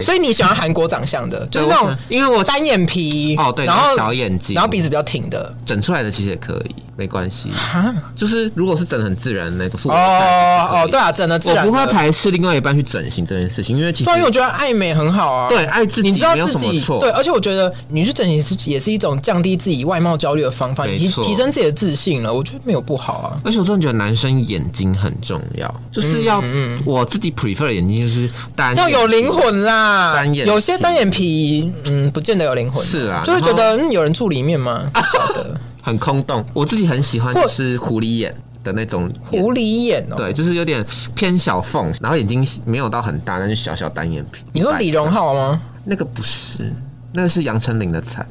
B: 所以你喜欢韩国长相的，就是
A: 对
B: 那
A: 我
B: 种
A: 可因为我
B: 单眼皮
A: 哦对
B: 然后
A: 小眼睛
B: 然后鼻子比较挺的。
A: 整出来的其实也可以。没关系。
B: 啊，
A: 就是如果是整得很自然的那种，是我
B: 哦
A: 的菜
B: 哦，对，啊，整的
A: 是
B: 自
A: 可以
B: 然
A: 我
B: 的
A: 不会。排斥另外一半去整形这件事情，因为其实
B: 对啊，因为我觉得爱美很好啊。
A: 对爱自己
B: 你知道
A: 没有
B: 自
A: 什么
B: 己
A: 错，
B: 对，而且我觉得你去整形是也是一种降低自己外貌焦虑的方法，
A: 没
B: 你提
A: 错
B: 提升自己的自信了，我觉得没有不好啊。
A: 而且我真的觉得男生眼睛很重要，就是要我自己 prefer 的眼睛就是单
B: 嗯要
A: 眼
B: 有灵魂啦，
A: 单眼皮
B: 有些单眼皮，嗯，不见得有灵魂，
A: 是啊
B: 就会觉
A: 然
B: 得嗯有人住里
A: [laughs]
B: 面吗？不晓得，
A: 很空洞。我自己很喜欢
B: 或
A: 就是狐狸眼的那种眼
B: 狐狸眼哦。
A: 对，就是有点偏小缝，然后眼睛没有到很大，但是小小单眼皮。
B: 你说李荣浩吗？
A: 那个不是，那个是杨丞琳的
B: [laughs]
A: 菜，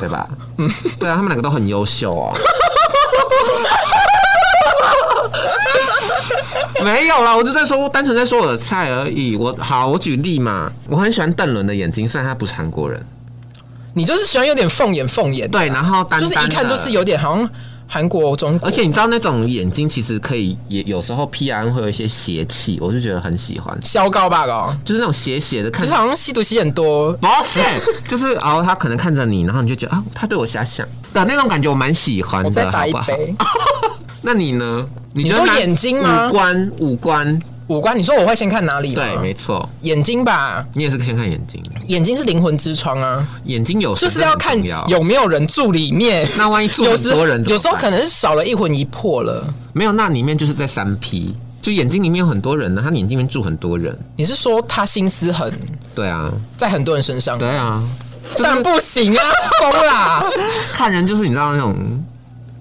A: 对吧？嗯，对啊，他们两个都很优秀
B: [laughs]
A: 哦。没有啦，我就在说，单纯在说我的菜而已。我好，我举例嘛，我很喜欢邓伦的眼睛，虽然他不是韩国人，
B: 你就是喜欢有点凤眼凤眼的，
A: 对，然后单单
B: 啊就是一看
A: 的
B: 就是有点好像韩国中国，
A: 而且你知道那种眼睛其实可以也有时候 P R 会有一些邪气，我就觉得很喜欢，
B: 消高吧高，
A: 就是那种邪邪的
B: 就
A: 看
B: 是。好像吸毒吸很多，
A: 不是， [laughs] 就是哦，他可能看着你，然后你就觉得啊，他对我遐想的那种感觉，我蛮喜欢
B: 我再
A: 的，
B: 打
A: 好
B: 一
A: 不好？
B: 杯。
A: 那你呢？你
B: 你
A: 觉得
B: 说
A: 哪
B: 眼睛吗啊
A: 五官，五官，
B: 五官，你说我会先看哪里吗？
A: 对，没错，
B: 眼睛吧，
A: 你也是先看眼睛，
B: 眼睛是灵魂之窗啊，
A: 眼睛有神
B: 就是要
A: 很
B: 看
A: 重要。
B: 有没有人住里面。
A: 那万一住
B: 有
A: 很
B: 时
A: 多人怎么
B: 有时候
A: 办
B: 可能是少了一魂一魄了。
A: 没有，那里面就是在三 P，就眼睛里面有很多人呢，他眼睛里面住很多人，
B: 你是说他心思很
A: 对啊，
B: 在很多人身上？
A: 对啊，就
B: 但
A: 是
B: 不
A: [laughs]
B: 行啊，疯啦！
A: 看人就是你知道那种，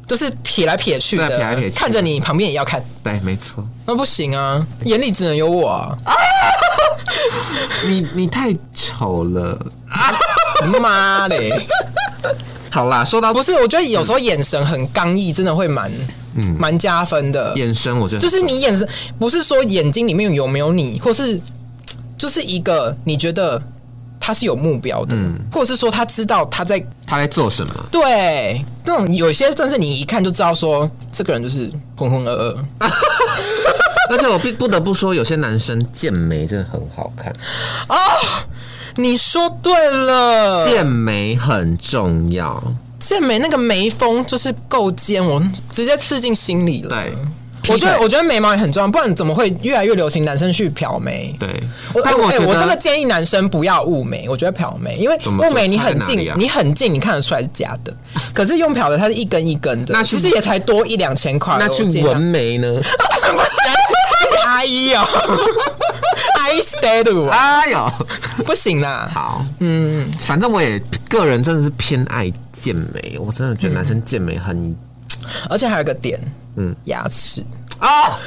B: 就是撇来撇去的，
A: 对撇来撇去
B: 看着你旁边也要看，
A: 对，没错，
B: 那不行啊，眼里只能有我啊！
A: 你你太丑了。
B: 妈嘞！
A: 好啦，说到
B: 不是，我觉得有时候眼神很刚毅，真的会蛮
A: 嗯
B: 蛮、加分的。
A: 眼神，我觉得
B: 就是你眼神，不是说眼睛里面有没有你，或是就是一个你觉得他是有目标的，或者是说他知道他在
A: 他在做什
B: [laughs]
A: 么。
B: 对那种有些，但是你一看就知道说这个人就是浑浑噩噩。
A: 而且我必不得不说，有些男生剑眉真的很好看，
B: 你说对了，
A: 剑眉很重要。
B: 健美那个眉峰就是够尖，我直接刺进心里了。
A: 对，
B: 我觉得
A: 劈
B: 我觉得眉毛也很重要，不然怎么会越来越流行男生去漂眉？
A: 腿对，
B: 我哎
A: 但我
B: 哎
A: 觉得
B: 我真的建议男生不要雾眉，我觉得漂眉，因为
A: 怎么
B: 雾眉你
A: 差在
B: 很
A: 哪里
B: 近，
A: 啊
B: 你很近，你看得出来是假
A: [laughs]
B: 的。可是用漂的，它是一根一根的，
A: 那去
B: 其实也才多一两千块。
A: 那
B: 我建
A: 去哎
B: 议啊 [laughs]
A: 纹眉呢？
B: 他不行，这是阿 [laughs] 姨哦，阿姨 stay 住
A: [laughs]
B: 啊，
A: 哎呦，
B: 不行啦。
A: 好，嗯，反正我也个人真的是偏爱健美，我真的觉得男生健美很
B: 而且还有一个点，嗯，牙齿，
A: 啊、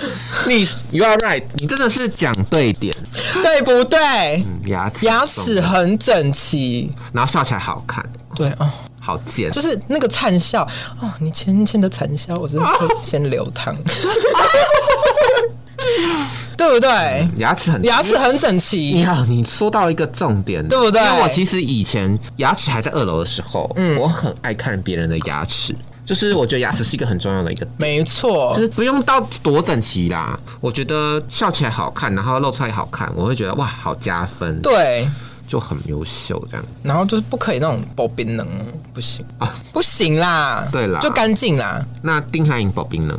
A: 你 you are right，你真的是讲对点，
B: 对不对？
A: 嗯牙齿
B: 牙
A: 很
B: 齿
A: 重
B: 很整齐，
A: 要，然后笑起来好看，
B: 对哦，
A: 好贱，
B: 就是那个灿笑哦，你浅浅的惨笑，我真的会先流
A: [laughs]
B: 淌，对不对？
A: 牙齿很
B: 牙齿很整
A: 你
B: 齐，
A: 好，你说到一个重点，
B: 对不嗯对
A: 因为我其实以前牙齿还在二楼的时候，我很爱看别人的牙齿，就是我觉得牙齿是一个很重要的一个。
B: 没错
A: 就，是不用到多整齐啦，我觉得笑起来好看，然后露出来好看，我会觉得哇，好加分，
B: 对。
A: 就很优秀这样。
B: 然后就是不可以那种薄冰冷，不行
A: 啊
B: 不行啦，
A: 对啦
B: 就干净啦。
A: 那丁海寅、薄冰呢？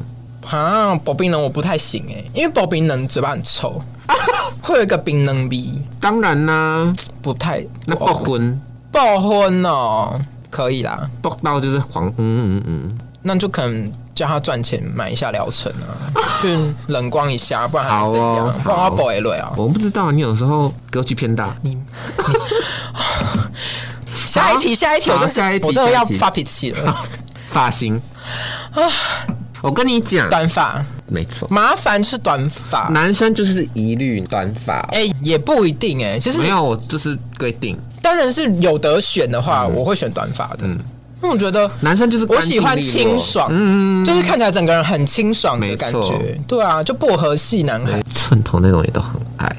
B: 啊，薄冰冷我不太行哎、因为薄冰冷嘴巴很
A: [laughs]
B: 臭，会有一个冰冷鼻，
A: 当然啦，
B: 不太
A: 那爆婚
B: 爆婚哦，可以啦。
A: 爆到就是黄，嗯嗯嗯
B: 那就可能叫他赚钱买一下疗程
A: [laughs]
B: 啊，去冷光一下，不然还能怎
A: 好
B: 样？
A: 哦
B: 不然
A: 好
B: 要保 A 类啊
A: 嗯，。我不知道，你有时候格局偏大，
B: 下一题，下一题，我
A: 好
B: 真是
A: 下一题
B: 我真的
A: 下
B: 要
A: 一题
B: 发脾气了。
A: 发型啊，
B: 啊
A: 我跟你讲，
B: 短发，
A: 没错，
B: 麻烦就是短发。
A: 男生就是一律短发，
B: 哎、也不一定哎、其实
A: 没有，我就是规定，
B: 当然是有得选的话，我会选短发的。因为我觉得
A: 男生嗯就是
B: 我
A: 干净
B: 喜欢
A: 利落嗯
B: 清爽，就是看起来整个人很清爽的感
A: 没
B: 觉。对啊，就薄荷系男孩
A: 对，寸头那种也都很爱。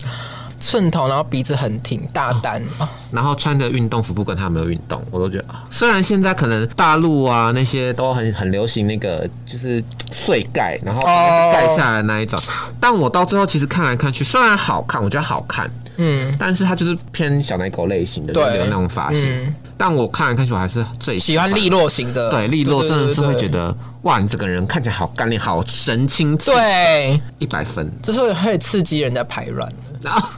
B: 寸头，然后鼻子很挺，大胆哦
A: 然后穿着运动服，不管他有没有运动，我都觉得，啊虽然现在可能大陆啊那些都很很流行那个就是碎盖，然后
B: 哦
A: 盖下来那一种但我到最后其实看来看去，虽然好看，我觉得好看，嗯，但是它就是偏小奶狗类型的，就
B: 对嗯
A: 是有那种发型。但我看来看去，我还是最
B: 喜欢利落型的，
A: 对利落，真的是会觉
B: 对。
A: 得哇，你这个人看起来好干练，好神清气，
B: 对，
A: 一百分。
B: 就是会会刺激人家排卵
A: 然
B: [laughs]
A: 后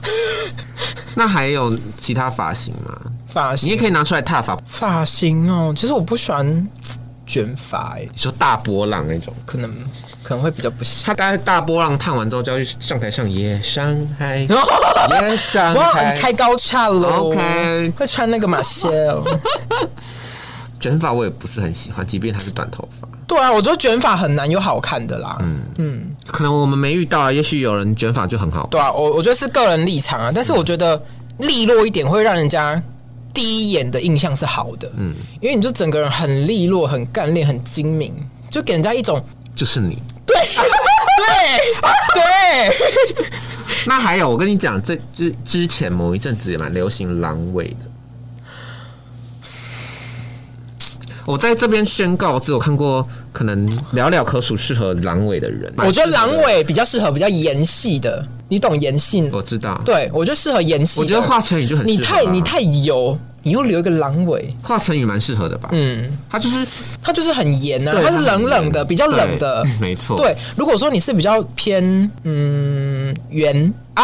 A: 那还有其他发型吗？
B: 发
A: 你也
B: 型。
A: 可以拿出来踏发，
B: 发型哦，其实我不喜欢卷发、欸，
A: 你说大波浪那种。
B: 可能可能会比较不
A: [laughs]
B: 喜
A: 他大概大波浪烫完之后，就要去上台上《夜上海》，夜上
B: 哦哇，
A: 海
B: 你。开高叉喽
A: OK
B: 会穿那个马歇尔。 [laughs]
A: 卷发我也不是很喜欢，即便它是短头发，
B: 对啊，我觉得卷发很难有好看的啦。嗯，
A: 可能我们没遇到啊。也许有人卷发就很好，
B: 对啊，我我觉得是个人立场啊，但
A: 嗯
B: 是我觉得利落一点会让人家第一眼的印象是好的。嗯，因为你就整个人很利落、很干练、很精明，就给人家一种
A: 就是你。
B: 对对对，
A: 那还有，我跟你讲，这之之前某一阵子也蛮流行狼尾的。我在这边宣告，只有看过可能寥寥可数适合狼尾的人。
B: 我觉得狼，尾比较适合比较盐系的，你懂盐系？
A: 我知道，
B: 对，我就适合盐系的。
A: 我觉得华晨宇就很适
B: 你
A: 合
B: 太
A: 啊
B: 你太油，你又留一个狼尾，
A: 华晨宇蛮适合的吧？
B: 嗯，
A: 他就是
B: 它就是很盐啊，
A: 对
B: 它是
A: 它很
B: 冷冷的，
A: 盐
B: 比较冷的
A: 对，没错
B: 对，如果说你是比较偏嗯圆啊，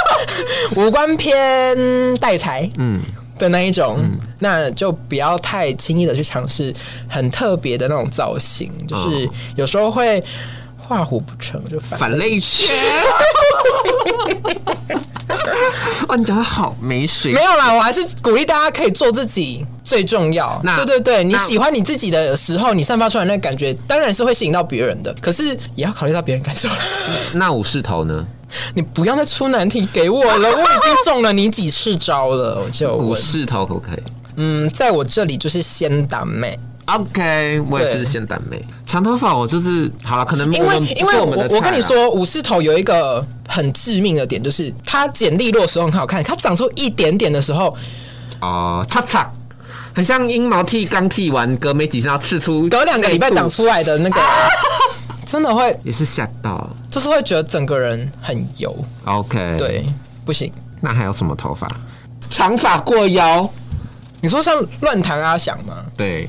B: [laughs] 五官偏带财，嗯。的那一种，
A: 嗯
B: 那就不要太轻易的去尝试很特别的那种造型，
A: 嗯
B: 就是有时候会画虎不成就反
A: 反类
B: [laughs]
A: 圈。哇，你讲的好没水
B: 没有啦，我还是鼓励大家可以做自己最重要。
A: 那
B: 对对对，你
A: 那
B: 喜欢你自己的时候，你散发出来那个感觉，当然是会吸引到别人的。可是也要考虑到别人感受。
A: 那武士头呢？
B: 你不要再出难题给我了，我已经中了你几次招
A: [laughs]
B: 了。哦我就
A: 武
B: 问，
A: 士头可不可以
B: 嗯，在我这里就是仙打妹，
A: ？OK，我也是
B: 对
A: 仙胆妹，长头发我就是好了，可能
B: 因为
A: 我们
B: 因为
A: 不是
B: 我
A: 我们的菜啊
B: 我跟你，说，武士头有一个很致命的点，就是它剪利落的时候很好看，它长出一点点的时候，
A: 哦，擦擦，很像阴毛剃，刚剃完隔没几天要刺出，
B: 隔两个礼拜长，出来
A: [laughs]
B: 的那个，真的会
A: 也是吓到。
B: 就是会觉得整个人很油，
A: OK，，
B: 对，不行。
A: 那还有什么头发？长发过腰，
B: 你说像乱弹阿翔吗？
A: 对，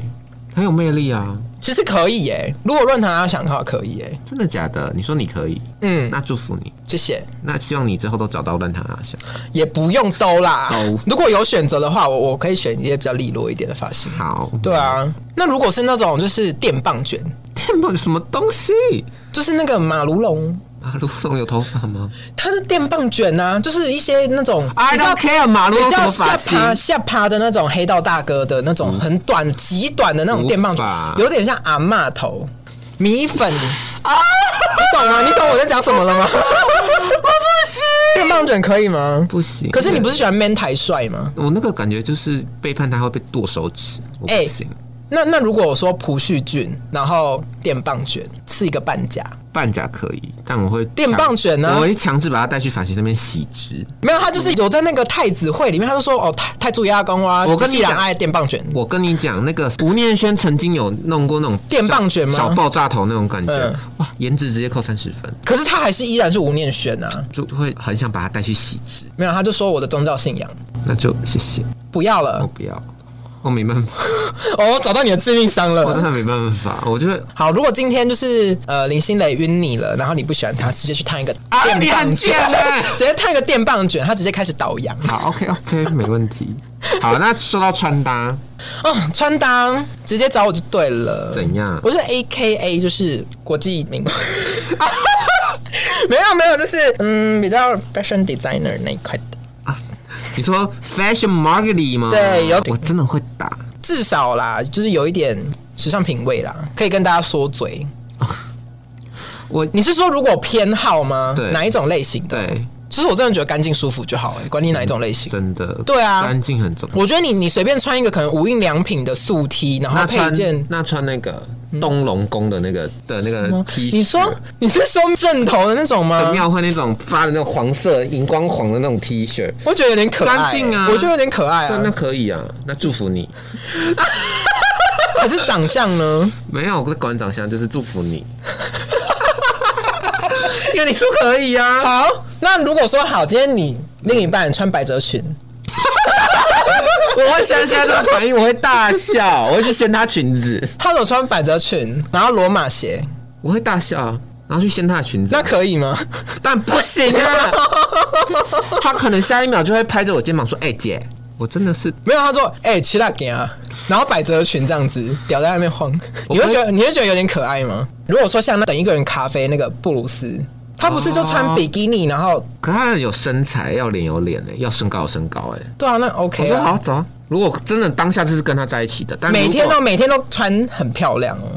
A: 很有魅力啊！
B: 其实可以耶、如果乱弹阿翔的话可以耶、
A: 真的假的？你说你可以，
B: 嗯，
A: 那祝福你。
B: 谢谢，
A: 那希望你之后都找到乱弹阿翔。
B: 也不用兜啦
A: 兜。
B: 如果有选择的话，我我可以选一些比较利落一点的发型。
A: 好，
B: 对啊，那如果是那种就是电棒卷，
A: 天棒什么东西？
B: 就是那个马如龙，
A: 马路上有头发吗
B: 它是电棒卷呐、就是一些那种比较
A: care 马路
B: 比
A: 有
B: 较下趴下趴的那种黑道大哥的那种很短极短的那种电棒
A: 无法
B: 有点像阿嬷头米粉
A: [laughs]
B: 啊，你懂吗？你懂我在讲什么了吗？我不行，电棒卷可以吗？
A: 不行。
B: 可是你不是喜欢 man 台帅吗？
A: 我那个感觉就是背叛他会被剁手指，我不
B: 哎
A: 行。
B: 那那如果我说朴叙俊，然后电棒卷是一个半价，
A: 半甲可以，但我会
B: 电
A: 强
B: 棒卷啊呢
A: 我会强制把他带去发型那边洗直。
B: 没有他就是有在那个太子会里面，他就说哦太太祖压公啊，
A: 我跟你
B: 讲
A: 讲
B: 爱电棒卷，
A: 我跟你讲，那个吴念轩曾经有弄过那种
B: 电棒卷吗
A: 小小爆炸头那种感觉，
B: 嗯
A: 哇，颜值直接扣三十分，
B: 可是他还是依然是吴念轩啊，
A: 就会很想把他带去洗直。
B: 没有他就说我的宗教信仰
A: 那就谢谢，
B: 不要了
A: 我。不要，我没办法，
B: 哦，找到你的致命伤
A: 我真
B: 了。
A: 的没办法，我就会
B: 好，如果今天就是呃林心蕾晕你了，然后你不喜欢她，直接去烫一个
A: 啊
B: 电
A: 你
B: 棒
A: 很
B: 卷，
A: 贱欸
B: [laughs] 直接烫一个电棒卷，她直接开始倒羊。
A: 好，OK OK，没 [laughs] 问题。好，那说到穿搭，
B: 哦，穿搭直接找我就对了。
A: 怎样
B: 我是 A K A，就是国际名。
A: [laughs]
B: 没有没有，就是嗯，比较 fashion designer 那一块的，
A: 你说 fashion marketing 吗？
B: 对有
A: 我真的会打。
B: 至少啦，就是有一点时尚品味啦，可以跟大家说嘴。
A: [laughs] 我
B: 你是说如果偏好吗？
A: 对
B: 哪一种类型的？
A: 对，
B: 其实我真的觉得干净舒服就好、欸，管你哪一种类型。
A: 真的，
B: 对啊
A: 嗯干净很重要。
B: 我觉得你你随便穿一个可能无印良品的素 T，然后
A: 那
B: 配一
A: 穿
B: 件，嗯
A: 那穿那个东龙宫的那个的那个 T，恤
B: 你说呃你是说正头的那种
A: 很
B: 吗？
A: 庙会那种发的那种黄色荧光黄的那种 T 恤，
B: 我觉得有点可爱、
A: 干净啊
B: 我觉得有点可爱
A: 对，那
B: 啊。
A: 可以啊，那祝福你。
B: 可是长相呢？
A: 没有，我在馆长相就是祝福
B: [laughs]
A: 你，因为你说可以啊。
B: 啊好，那如果说好，今天你另一半穿百褶裙，
A: 我会想起来这个反应，我会大笑，我会去掀她裙子，
B: 他有穿百褶裙，然后罗马鞋，
A: 我会大笑，然后去掀她的裙子。啊
B: 那可以吗？ [laughs]
A: 但不行啊！他可能下一秒就会拍着我肩膀说：“哎、姐，我真的是
B: 没有，他说，哎、欸，起来给啊，然后百褶裙这样子，屌在外面晃，
A: 我
B: 你会觉得你会觉得有点可爱吗？如果说像那等一个人咖啡那个布鲁斯，他不是就
A: 哦
B: 穿比基尼，然后
A: 可他有身材，要脸有脸哎、要身高有身高哎、
B: 对啊，那
A: 我
B: OK
A: 说好
B: 啊，
A: 走啊、如果真的当下就是跟他在一起的，但
B: 每天
A: 如果
B: 都每天都穿很漂亮哦，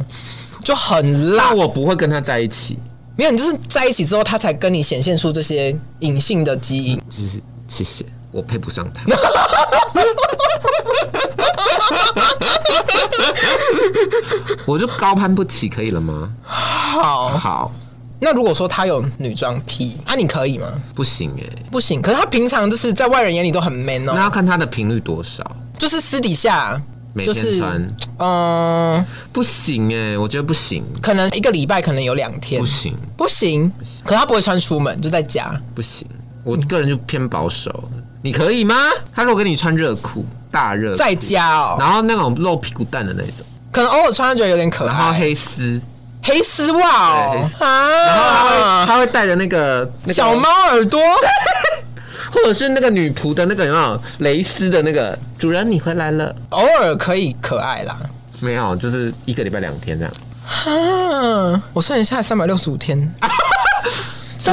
B: 就很辣
A: 那。我不会跟他在一起，
B: 没有，你就是在一起之后，他才跟你显现出这些隐性的基因。
A: 就是谢谢，我配不上他。 [laughs] 我就高攀不起，可以了吗？
B: 好，
A: 好，
B: 那如果说他有女装癖，啊，你可以吗？
A: 不行哎、
B: 不行，可是他平常就是在外人眼里都很 man
A: 那
B: 哦，
A: 要看他的频率多少，
B: 就是私底下
A: 每
B: 就
A: 天
B: 是
A: 穿、
B: 嗯、呃
A: 不行哎、我觉得不行，
B: 可能一个礼拜可能有两天
A: 不行，
B: 不行，可他不会穿出门，就在家。
A: 不行，我个人就偏保守。你可以吗？他如果跟你穿热裤，大热裤，
B: 在家哦，
A: 然后那种露屁股蛋的那种，
B: 可能偶尔穿觉得有点可
A: 然后
B: 爱，
A: 黑丝，
B: 黑丝袜
A: 对黑
B: 哦
A: 然后他会
B: 啊，
A: 他会带着那个那个
B: 小猫耳朵，
A: 或者是那个女仆的那个有没有蕾丝的那个主人你回来了
B: 偶尔可以可爱啦。
A: 没有？就是一个礼拜两天这样。
B: 啊，我算一下三百六十五天，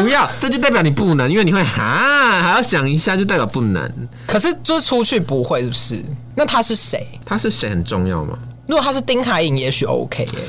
A: 不要，这就代表你不能，因为你会啊哈，还要想一下，就代表不能。
B: 可是就是出去不会是不是？那他是谁？
A: 他是谁很重要吗？
B: 如果他是丁海颖，也许 OK 耶、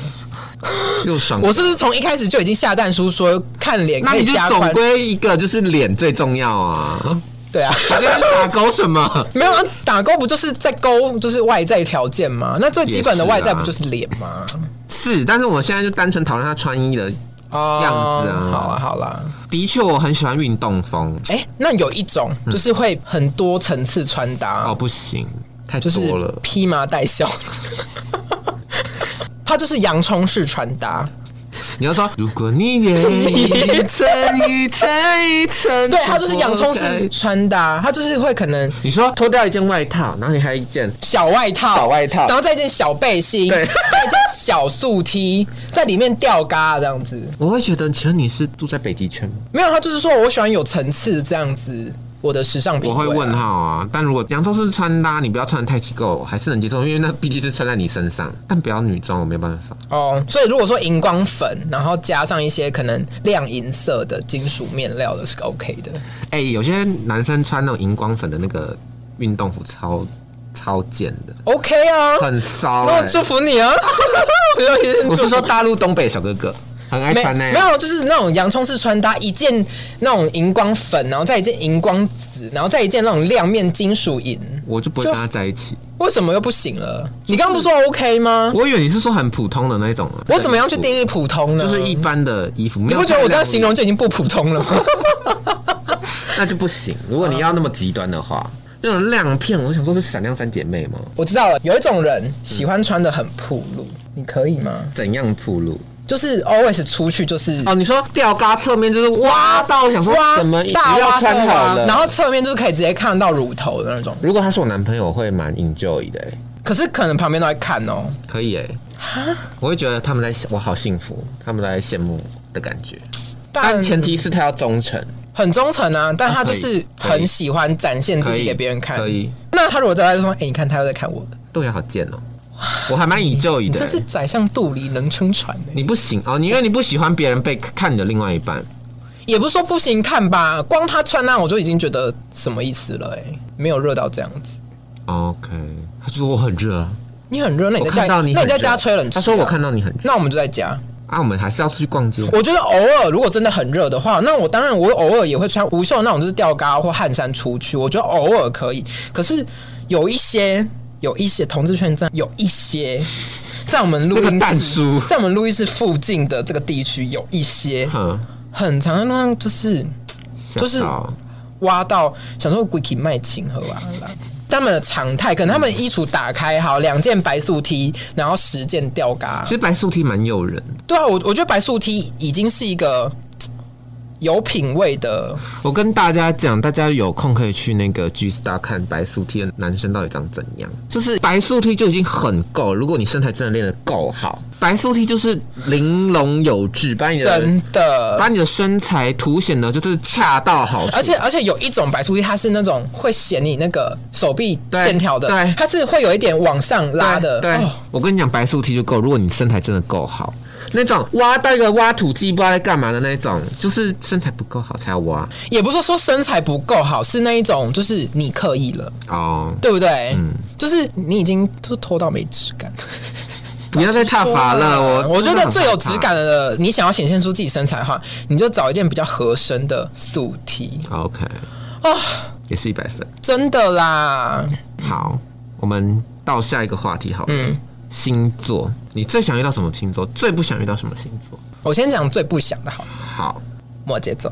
A: 又爽，
B: 我是不是从一开始就已经下蛋书说看脸
A: 那
B: 可
A: 你
B: 以
A: 就
B: 加
A: 总
B: 宽？
A: 归一个就是脸最重要啊！
B: 对
A: [laughs]
B: 啊，
A: 还在那边打勾什么？ [laughs]
B: 没有啊，打勾不就是在勾就是外在条件吗？那最基本
A: 啊
B: 的外在不就是脸吗？
A: 是，但是我现在就单纯讨论他穿衣的。
B: 哦
A: 样子啊
B: 好啊，好啦。
A: 的确，我很喜欢运动风。
B: 哎、那有一种就是会很多层次穿搭，
A: 嗯哦，不行，太
B: 就是
A: 多了。
B: 披麻戴孝， [laughs] 他就是洋葱式穿搭。
A: 你要说，如果你愿意一层一层一层，
B: 对，他就是洋葱式。穿搭，他就是会可能
A: 你说脱掉一件外套，然后你还有一件，
B: 小外套，
A: 小外套
B: 然后再一件小背心，
A: 对
B: 再一件小素 T，在里面吊嘎这样子。
A: 我会觉得，请问你是住在北极圈吗？
B: 没有，他就是说我喜欢有层次这样子，我的时尚品
A: 我
B: 味啊、
A: 会问号啊。但如果洋葱是穿搭，你不要穿的太机构，我还是能接受，因为那毕竟是穿在你身上。但不要女装，我没有办法。
B: 哦，所以如果说荧光粉，然后加上一些可能亮银色的金属面料的是 OK 的。
A: 哎、有些男生穿那种荧光粉的那个运动服超，超贱的，
B: OK 啊，
A: 很骚、
B: 那我
A: 欸。
B: 祝福你啊！ [laughs] 我有一点
A: 我是
B: 祝
A: 说大陆东北小哥哥很爱
B: 没
A: 穿那
B: 没
A: 样。
B: 有，就是那种洋葱式穿搭，一件那种荧光粉，然后再一件荧光紫，然后再一件那种亮面金属银，
A: 我就不会跟他在一起。
B: 为什么又不行了？你刚刚不是说 OK 吗？
A: 我以为你是说很普通的那种啊。
B: 我怎么样去定义普通呢？
A: 就是一，般的衣服，
B: 你
A: 你
B: 不觉得我这样形容就已经不普通了吗？
A: [laughs] 那就不行？如果你要那么极端的话，那种亮片，我想说是闪亮三姐妹吗？
B: 我知道了，有一种人喜欢穿的很暴露，你可以吗？
A: 怎样铺路？
B: 就是 always 出去就是
A: 哦，你说吊嘎侧面就是挖到，想说
B: 哇
A: 怎么
B: 大
A: 不
B: 挖
A: 要穿
B: 特挖啊
A: 好了。
B: 然后侧面就是可以直接看到乳头的那种，
A: 如果他是我男朋友，我会蛮 enjoy 的、欸，
B: 可是可能旁边都在看哦。
A: 可以哎、我会觉得他们在我好幸福，他们在羡慕的感觉，但前提是他要忠诚，
B: 很忠诚啊，但他
A: 可
B: 就
A: 以
B: 是
A: 可以
B: 很喜欢展现自
A: 可
B: 己
A: 以
B: 给别人看。
A: 可以。
B: 那他如果在外就说：“哎、你看他又在看我，
A: 对呀，好贱哦、我还蛮 enjoy
B: 你
A: 的、
B: 真是
A: 欸。
B: 宰相肚里能撑船呢、
A: 你不行哦，你因为你不喜欢别人被看你的另外一半，
B: 也不是说不行看吧，光他穿那我就已经觉得什么意思了哎、没有热到这样子。
A: OK，他说我很热啊，
B: 你很热，那你
A: 我
B: 在
A: 看
B: 家，
A: 到你很
B: 那
A: 热，
B: 你在家吹冷气、啊
A: 他说我看，到你很热
B: 那我们就在家。
A: 啊，我们还是要出去逛街。
B: 我觉得偶尔如果真的很热的话，那我当然我偶尔也会穿无袖那种就是吊嘎或汗衫出去，我觉得偶尔可以。可是有一些有一些同志圈站有一些。在我们录
A: 那个 [laughs]
B: 音
A: 蛋
B: 室
A: 叔，
B: 在我们录音室附近的这个地区，有一些
A: 哼，
B: 很常在路上就是就是
A: 吓到
B: 挖到，想说 g u i c 卖情和啊啦。他们的常态，可能他们衣橱打开好两件白素 T，然后十件吊嘎
A: 其，实白素 T 蛮诱人的，
B: 对啊，我我觉得白素 T 已经是一个有品味的，
A: 我跟大家讲，大家有空可以去那个 G Star 看白素 T 的男生到底长怎样。就是白素 T 就已经很够，如果你身材真的练得够好，白素 T 就是玲珑有致，把你的
B: 真的。
A: 把你的身材凸显的，就是恰到好处。
B: 而且而且有一种白素衣，它是那种会显你那个手臂
A: 对
B: 线条的，
A: 对
B: 它是会有一点往上拉的，
A: 对，对
B: 哦
A: 我跟你讲，白素 T 就够。如果你身材真的够好，那种挖到一个挖土机不知道在干嘛的那种，就是身材不够好才要挖
B: 也不是说身材不够好，是那一种就是你刻意了，
A: 哦。
B: 对不对？就是你已经都拖到没质感。
A: 不要再踏伐了，我
B: 我
A: 真
B: 觉
A: 的
B: 得
A: 很
B: 最有质
A: 害怕
B: 感的，你想要显现出自己身材的话，你就找一件比较合身的素 T
A: ，OK，
B: 啊，
A: 也是一百分。
B: 真的啦，
A: 好，我们到下一个话题好了。嗯，星座，你最想遇到什么星座？最不想遇到什么星座？
B: 我先讲最不想的好了，
A: 好，
B: 摩羯座，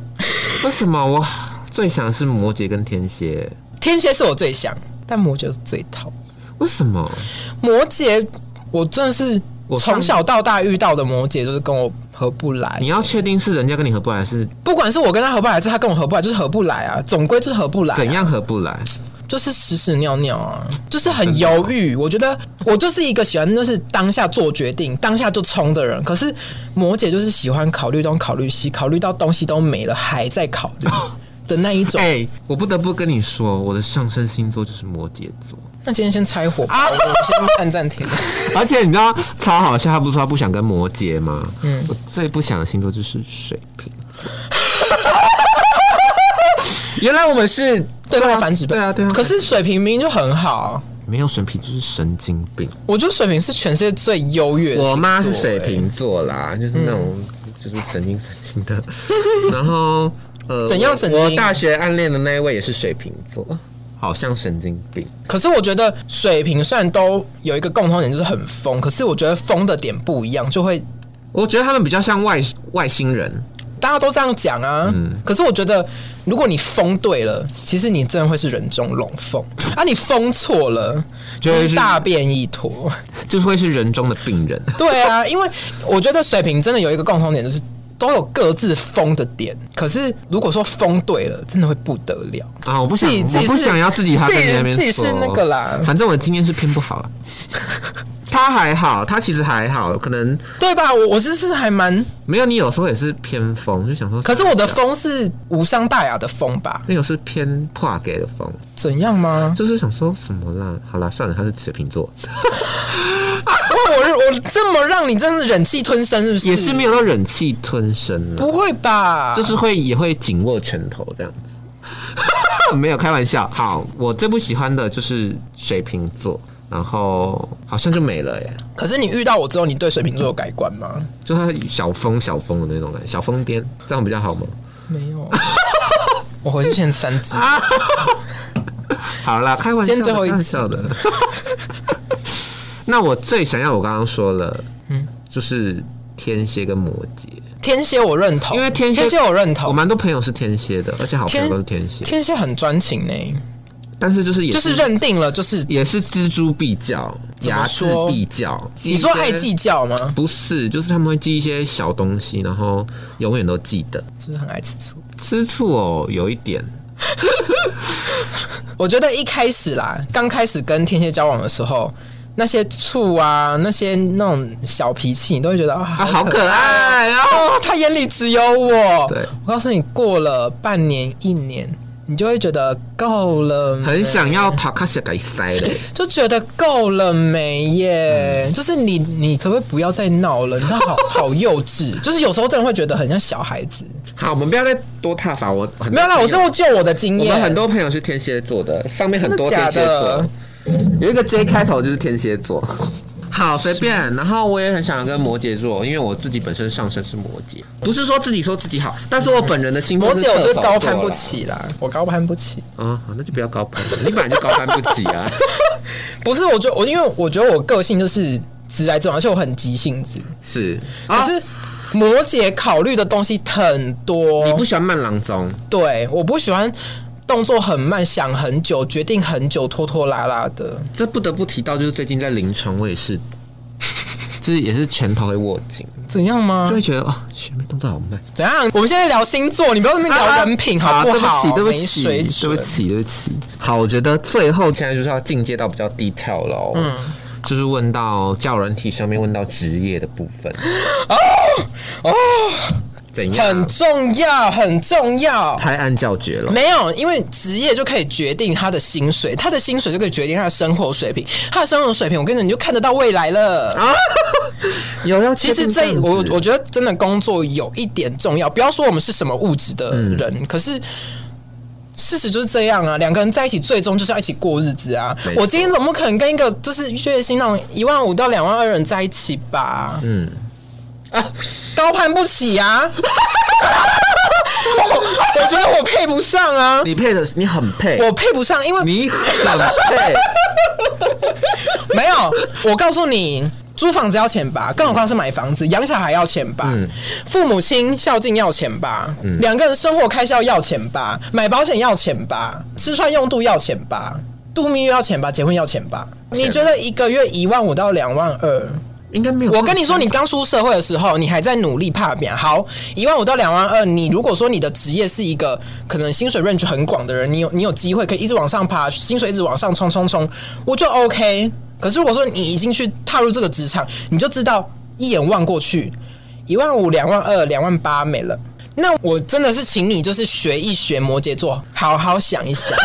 A: 为什么我 [sighs] 最想的是摩羯跟天蝎？
B: 天蝎是我最想，但摩羯是最讨厌。
A: 为什么？
B: 摩羯，我真的是
A: 我上
B: 从小到大遇到的摩羯，就是跟我合不来
A: 你。要确定是人家跟你合不来，还是
B: 不管是我跟他合不来，还是他跟我合不来，就是合不来啊，总归就是合不来、
A: 怎？样合不来？
B: 就是屎屎尿尿啊，就是很犹豫。我觉得我就是一个喜欢就是当下做决定、当下就冲的人，可是摩羯就是喜欢考虑东考虑西，考虑到东西都没了还在考
A: [laughs]
B: 虑的那一种。
A: 哎、我不得不跟你说，我的上升星座就是摩羯座。
B: 那今天先拆火
A: 啊
B: 吧，我们先按
A: [laughs]
B: 暂停。
A: 而且你知道超好笑，他不是说他不想跟摩羯吗？嗯，我最不想的星座就是水瓶
B: [laughs]
A: 座。原来我们是
B: 对
A: 啊
B: 方繁殖吧
A: 对啊对啊。
B: 可是水瓶明明就很好，
A: 没有水瓶就是神经病。
B: 我觉得水瓶是全世界最优越的星座。
A: 我妈是水
B: 欸
A: 瓶座哎嗯啦，就是那种、就是神经神经 [laughs] 的。然后呃，
B: 怎样神经
A: 我我大学暗恋的那一位也是水瓶座，好像神经病。
B: 可是我觉得水瓶虽然都有一个共同点，就是很疯，可是我觉得疯的点不一样，就会
A: 我觉得他们比较像外外星人。
B: 大家都这样讲啊。
A: 嗯
B: 可是我觉得，如果你疯对了，其实你真的会是人中龙凤啊；你疯错了，
A: 就
B: 就
A: 会是
B: 是大变一坨。
A: 就是会是人中的病人。[laughs]
B: 对啊，因为我觉得水瓶真的有一个共同点，就是都有各自疯的点。可是如果说疯对了，真的会不得了。
A: 啊，我不想，
B: 自己自
A: 我
B: 己
A: 不
B: 是
A: 想要自己他
B: 自
A: 在
B: 己
A: 那边
B: 自己是
A: 说
B: 那个啦
A: 反正我的经验是偏不好 [laughs] 了。他还好，他其实还好，可能
B: 对吧？我我是是还蛮，
A: 没有你有时候也是偏疯，就想说。
B: 可是我的，疯是无伤大雅的疯吧？
A: 那有是偏跨给的疯，
B: 怎样
A: [laughs]
B: 吗？
A: 就是想说什么啦？好啦，算了，他是水瓶座，
B: 哇，我我这么让你真是忍气吞声，是不是？
A: 也是没有到忍气吞声啊，
B: 不会吧？
A: 就是会也会紧握拳头这样子。 [laughs] 没有开玩笑。好，我最不喜欢的就是水瓶座，然后好像就没了耶，
B: 可是你遇到我之后，你对水瓶座有改观吗？
A: 就他小疯小疯的那种人，小疯癫，这样比较好吗？
B: 没有， [laughs] 我回去先删只。
A: 好啦，开玩笑的，
B: 今天最后一
A: 开玩
B: 集
A: 笑的。 [laughs] 那我最想要，我刚刚说了，嗯，就是天蝎跟摩羯，
B: 天蝎我认同，
A: 因为天蝎
B: 天蝎我认
A: 我
B: 同，
A: 蛮多朋友是天蝎的，而且好朋友
B: 天
A: 都是哦天蝎，
B: 天蝎很专情呢、
A: 但是就是也
B: 就是认定了，就是
A: 也是锱铢必较，
B: 怎么
A: 睚眦
B: 说
A: 必较。
B: 你说爱记？较吗？
A: 不是，就是他们会记一些小东西，然后永远都记得。
B: 是不是很爱吃醋？
A: 吃醋哦，有一点，
B: 我觉得一开始啦，刚开始跟天蝎交往的时候，那些醋啊，那些那种小脾气，你都会觉得啊，
A: 啊，好
B: 好
A: 可爱哦。
B: 哦，他眼里只有我。
A: 对，
B: 我告诉你，过了半年、一年，你就会觉得够了没，
A: 很想要塔卡西给塞嘞，
B: 就觉得够了没耶？
A: 嗯
B: 就是你，你可不可以不要再闹了？你看好好幼稚， [laughs] 就是有时候真的会觉得很像小孩子。
A: 好，我们不要再多踏伐我。很多
B: 没有啦，
A: 朋友
B: 我是我就我的经
A: 我
B: 验，
A: 们很多朋友是天蝎座的，上面很多
B: 真
A: 天
B: 的
A: 蝎
B: 假的
A: 座，有一个 J 开头就是天蝎座。好，随便。然后我也很想要跟摩羯座，因为我自己本身上身是摩羯，不是说自己说自己好，但是我本人的星座
B: 摩羯，我
A: 是
B: 就
A: 射手座
B: 高攀不
A: 啦
B: 起啦，我高攀不起。
A: 啊、好那就不要高攀了，你本来就高攀不起
B: [laughs]
A: 啊。
B: 不是，我觉得我因为我觉得我个性就是直来直往，而且我很急性子。
A: 是，
B: 可
A: 啊，
B: 是摩羯考虑的东西很多，
A: 啊你不喜欢慢郎中，
B: 对，我不喜欢动作很慢、想很久、决定很久、拖拖拉拉的。
A: 这不得不提到，就是最近在临床，我也是，就是也是拳头会握紧，
B: 怎样吗
A: 就？会觉得啊，学妹动作好慢，
B: 怎样？我们现在聊星座，你不要在那边聊人品好啊不好？
A: 啊对不
B: 没
A: 起，对
B: 水
A: 不起，对
B: 准
A: 不起，对不起。好，我觉得最后现在就是要进阶到比较 detail 喽。嗯。就是问到教软体上面问到职业的部分，
B: 哦，
A: 怎样？
B: 很重要，很重要。
A: 太按教诀了。
B: 没有，因为职业就可以决定他的薪水，他的薪水就可以决定他的生活水平，他的生活水平，我跟你讲，你就看得到未来
A: [laughs]
B: 了。
A: 啊有要
B: 其
A: 确
B: 实
A: 定
B: 这
A: 样
B: 我
A: 子
B: 我觉得真的工作有一点重要，不要说我们是什么物质的人，
A: 嗯
B: 可是。事实就是这样啊，两个人在一起，最终就是要一起过日子啊
A: 没！错
B: 我今天总不可能跟一个就是月薪那种一万五到两万二的人在一起吧？嗯，啊， [laughs] 高攀不起啊！ [laughs] 我我觉得我配不上啊，
A: 你配的你很配，
B: 我配不上，因为
A: 你很配，
B: 没有，我告诉你，租房子要钱吧，更何况是买房子，养小孩要钱吧，父母亲孝敬要钱吧，两、个人生活开销要钱吧，买保险要钱吧，吃穿用度要钱吧，度蜜月要钱吧，结婚要钱吧。你觉得一个月一万五到两万二？
A: 应该没有。
B: 我跟你说，你刚出社会的时候，你还在努力怕变。好，一万五到两万二，你如果说你的职业是一个可能薪水 range 很广的人，你有你有机会可以一直往上爬，薪水一直往上冲冲冲，我就 OK。可是如果说你已经去踏入这个职场，你就知道一眼望过去，一万五、两万二、两万八没了。那我真的是请你就是学一学摩羯座，好好想一想。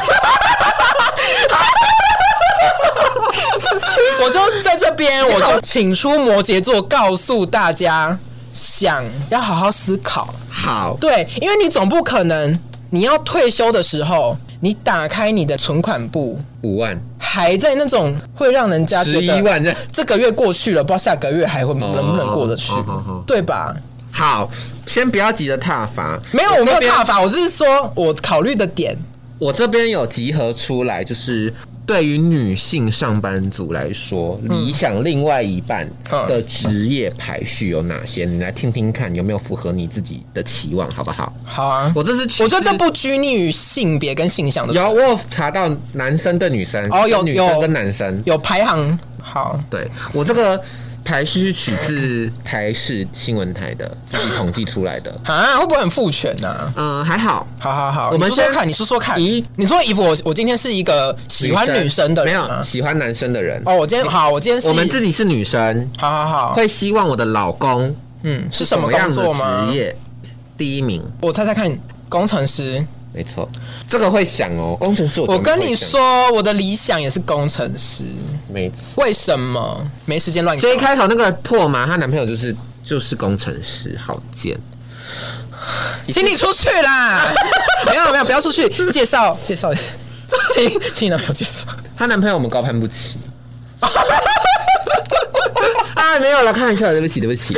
B: [laughs] 我就在这边，我就请出摩羯座，告诉大家，想要好好思考。
A: 好，
B: 对，因为你总不可能你要退休的时候，你打开你的存款簿，
A: 五万
B: 还在那种会让人家觉
A: 十一
B: 得
A: 万这样
B: 这个月过去了，不知道下个月还会
A: 哦
B: 能不能过得去
A: 哦哦哦，
B: 对吧？
A: 好，先不要急着踏伐。
B: 没有，我没
A: 这
B: 有
A: 边
B: 看法，我是说我考虑的点。
A: 我这边有集合出来，就是对于女性上班族来说，理想另外一半
B: 嗯
A: 的职业排序有哪些？你来听听看，有没有符合你自己的期望，好不好？
B: 好啊，
A: 我这是
B: 我觉得这不拘泥于性别跟性向的，
A: 有，我有查到男生对女生，
B: 哦有
A: 女生
B: 有
A: 跟男生，
B: 有排行。好，
A: 对我这个排序是取自台视新闻台的自己统计出来
B: [laughs]
A: 的。
B: 啊，会不会很父权呢、啊？
A: 嗯、还好，
B: 好好好，
A: 我
B: 我
A: 们
B: 们说说
A: 先
B: 看，你说说看。
A: 以
B: 咦，你说衣服，我我今天是一个喜欢女生的
A: 没
B: 人、
A: 有
B: 啊，
A: 喜欢男生的人。
B: 哦，我今天好，我今天是哦
A: 我们自己是女生，
B: 好好好，
A: 会希望我的老公
B: 嗯，是什么
A: 样
B: 工
A: 的
B: 作吗
A: 职？业？第一名，
B: 我猜猜看，工程师。
A: 没错，这个会想哦。工程师我，
B: 我跟你，说，我的理想也是工程师，
A: 没错。
B: 为什么？没时间乱搞。
A: J 开头那个破嘛，她男朋友就是就是工程师，好贱。
B: 请你出去啦！没有没有，不要出去，介绍介绍一下，请请你男朋友介绍。
A: 她男朋友我们高攀不
B: [laughs]
A: 起。啊，没有了，开玩笑的，对不起，对不
B: [laughs]
A: 起。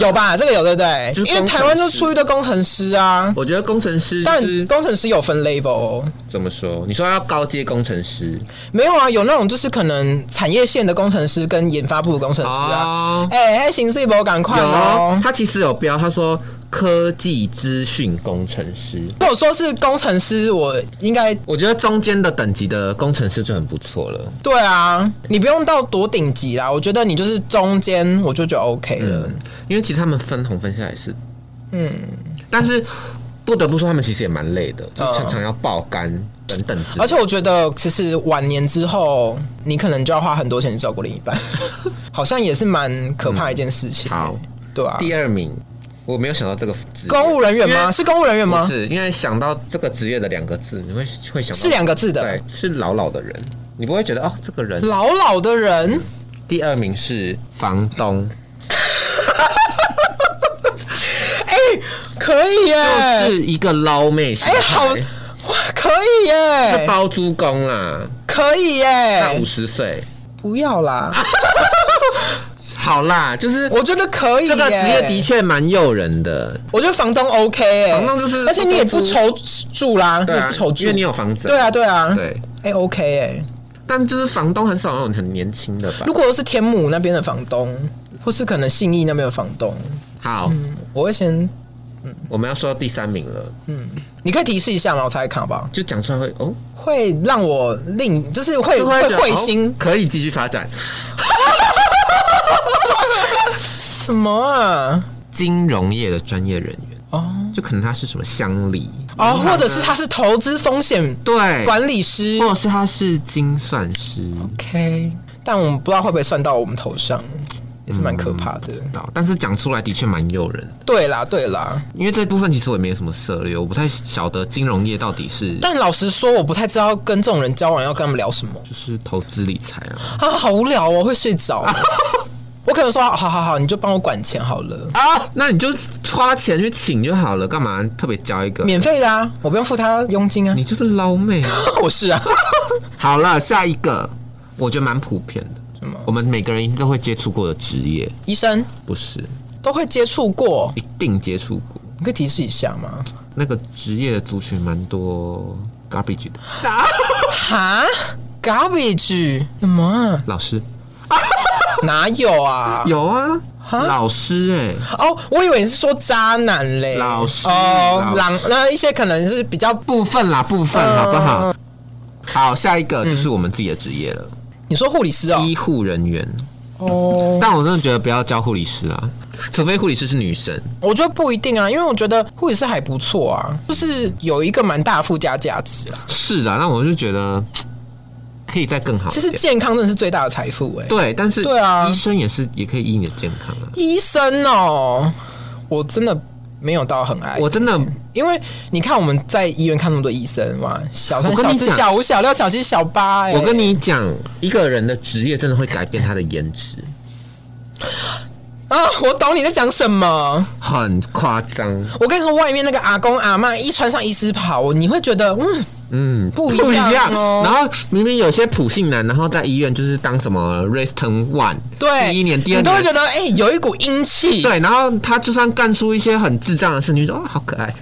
B: 有吧？这个有对不对
A: 就是？
B: 因为
A: 工程
B: 台湾就
A: 师
B: 出一堆工程师啊，
A: 我觉得工程师就
B: 但
A: 是
B: 工程师有分 label 哦。
A: 怎么说？你说要高阶工程师
B: 没有啊，有那种就是可能产业线的工程师跟研发部的工程师啊。
A: 哦
B: 哎、还行，是不赶快
A: 有啊
B: 哦。
A: 他其实有标，他说科技资讯工程师。
B: 如果说是工程师，我应该
A: 我觉得中间的等级的工程师就很不错了。
B: 对啊，你不用到多顶级啦，我觉得你就是中间，我就觉得 OK 了。
A: 嗯，因为其实他们分红分下来是，嗯，但是不得不说，他们其实也蛮累的，就常常要爆肝等等之类
B: 嗯而且我觉得，其实晚年之后，你可能就要花很多钱去照顾另一
A: [laughs]
B: 半，好像也是蛮可怕的一件事
A: 嗯
B: 情。
A: 好，
B: 对啊，
A: 第二名，我没有想到这个职业
B: 公务人员
A: 因为
B: 吗？是公务人员
A: 不
B: 吗？
A: 是，因为想到这个职业的两个字，你会会想到
B: 是两个字的，
A: 对，是老老的人，你不会觉得哦，这个人。
B: 老老的人。
A: 第二名是房东，
B: 哎、可以耶、
A: 就是一个捞妹型
B: 哎、
A: 的，
B: 好，哇，可以
A: 是
B: 耶，
A: 包租公啦，
B: 可以
A: 大
B: 耶
A: 五，十岁，
B: 不要啦，
A: [laughs] 好啦，就是
B: 我觉得可以
A: 这
B: 耶。
A: 个职业的确蛮诱人的，
B: 我觉得房东 OK 耶，
A: 房东就是
B: 而且你也不
A: 房租
B: 愁住啦，你
A: 对
B: 也
A: 啊
B: 不愁，
A: 因
B: 住
A: 为，你有房子，
B: 对啊，对啊，
A: 对，
B: 哎、OK 耶。
A: 但就是房东很少那种很年轻的吧
B: 如。果是天母那边的房东，或是可能信义那边的房东，
A: 好，
B: 我会先，
A: 我们要说到第三名了，
B: 你可以提示一下吗？我猜看好不好？
A: 就讲出来会哦，
B: 会让我令，就是会
A: 就
B: 会
A: 觉得
B: 会
A: 哦
B: 心，
A: 可以继续发展。哦
B: 什么啊？
A: 金融业的专业人员，
B: 哦
A: 就可能他是什么乡里
B: 哦，或者是他是投资风险
A: 嗯对，
B: 管理师
A: 或者是他是精算师，
B: ，OK，但我们不知道会不会算到我们头上，也是蛮可怕的。
A: 到但是讲出来的确蛮诱人的，
B: 对啦，对啦，
A: 因为这部分其实我也没有什么涉猎，我不太晓得金融业到底是
B: 但老实说，我不太知道跟这种人交往要跟他们聊什么
A: 就是投资理财啊
B: 啊，好无聊哦，会
A: [laughs]
B: 睡着。我可能说，好好好，你就帮我管钱好了，
A: 啊，那你就花钱去请就好了，干嘛特别交一个？
B: 免费的啊，我不用付他佣金啊。
A: 你就是捞妹啊！
B: [laughs] 我
A: [laughs]
B: 是啊，
A: 好了，下一个我觉得蛮普遍的，
B: 什么
A: 我们每个人一定都会接触过的职业，
B: 医生
A: 不是
B: 都会接触过，
A: 一定接触过。
B: 你可以提示一下吗？
A: 那个职业的族群蛮多 garbage 的
B: 哈，garbage 什么啊？
A: 老师
B: 哪有啊？
A: 有啊，老师哎、
B: 哦，我以为你是说渣男嘞，
A: 老师
B: 哦，
A: 老
B: 狼那一些可能是比较，
A: 部分啦部分好不好？好，下一个就是我们自己的职业了，
B: 你说护理师哦，
A: 医护人员。嗯
B: 哦，
A: 但我真的觉得不要教护理师啊，除非护理师是女生。
B: 我觉得不一定啊，因为我觉得护理师还不错啊，就是有一个蛮大的附加价值啊。
A: 是的，那我就觉得可以再更好一
B: 其
A: 点。
B: 实健康真的是最大的财富哎、
A: 对，但是
B: 对啊
A: 医生也是也可以医你的健康啊。
B: 医生哦，我真的没有到很爱，
A: 我真的，
B: 因为你看我们在医院看那么多医生哇，小三、
A: 我跟
B: 小
A: 你
B: 四、
A: 讲
B: 小五、小六、小七、小八、哎，
A: 我跟你讲，一个人的职业真的会改变他的颜值，
B: 啊，我懂你在讲什么。
A: 很夸张。
B: 我跟你说，外面那个阿公阿嬷一穿上医师袍，你会觉得嗯，
A: 嗯，
B: 不一
A: 不一样。
B: 哦
A: 然后明明有些普信男，然后在医院就是当什么 Reston One，
B: 对，
A: 第一年、第二
B: 你都会觉
A: 年，
B: 得哎、有一股英气。
A: 对，然后他就算干出一些很智障的事，你就说啊、好可爱。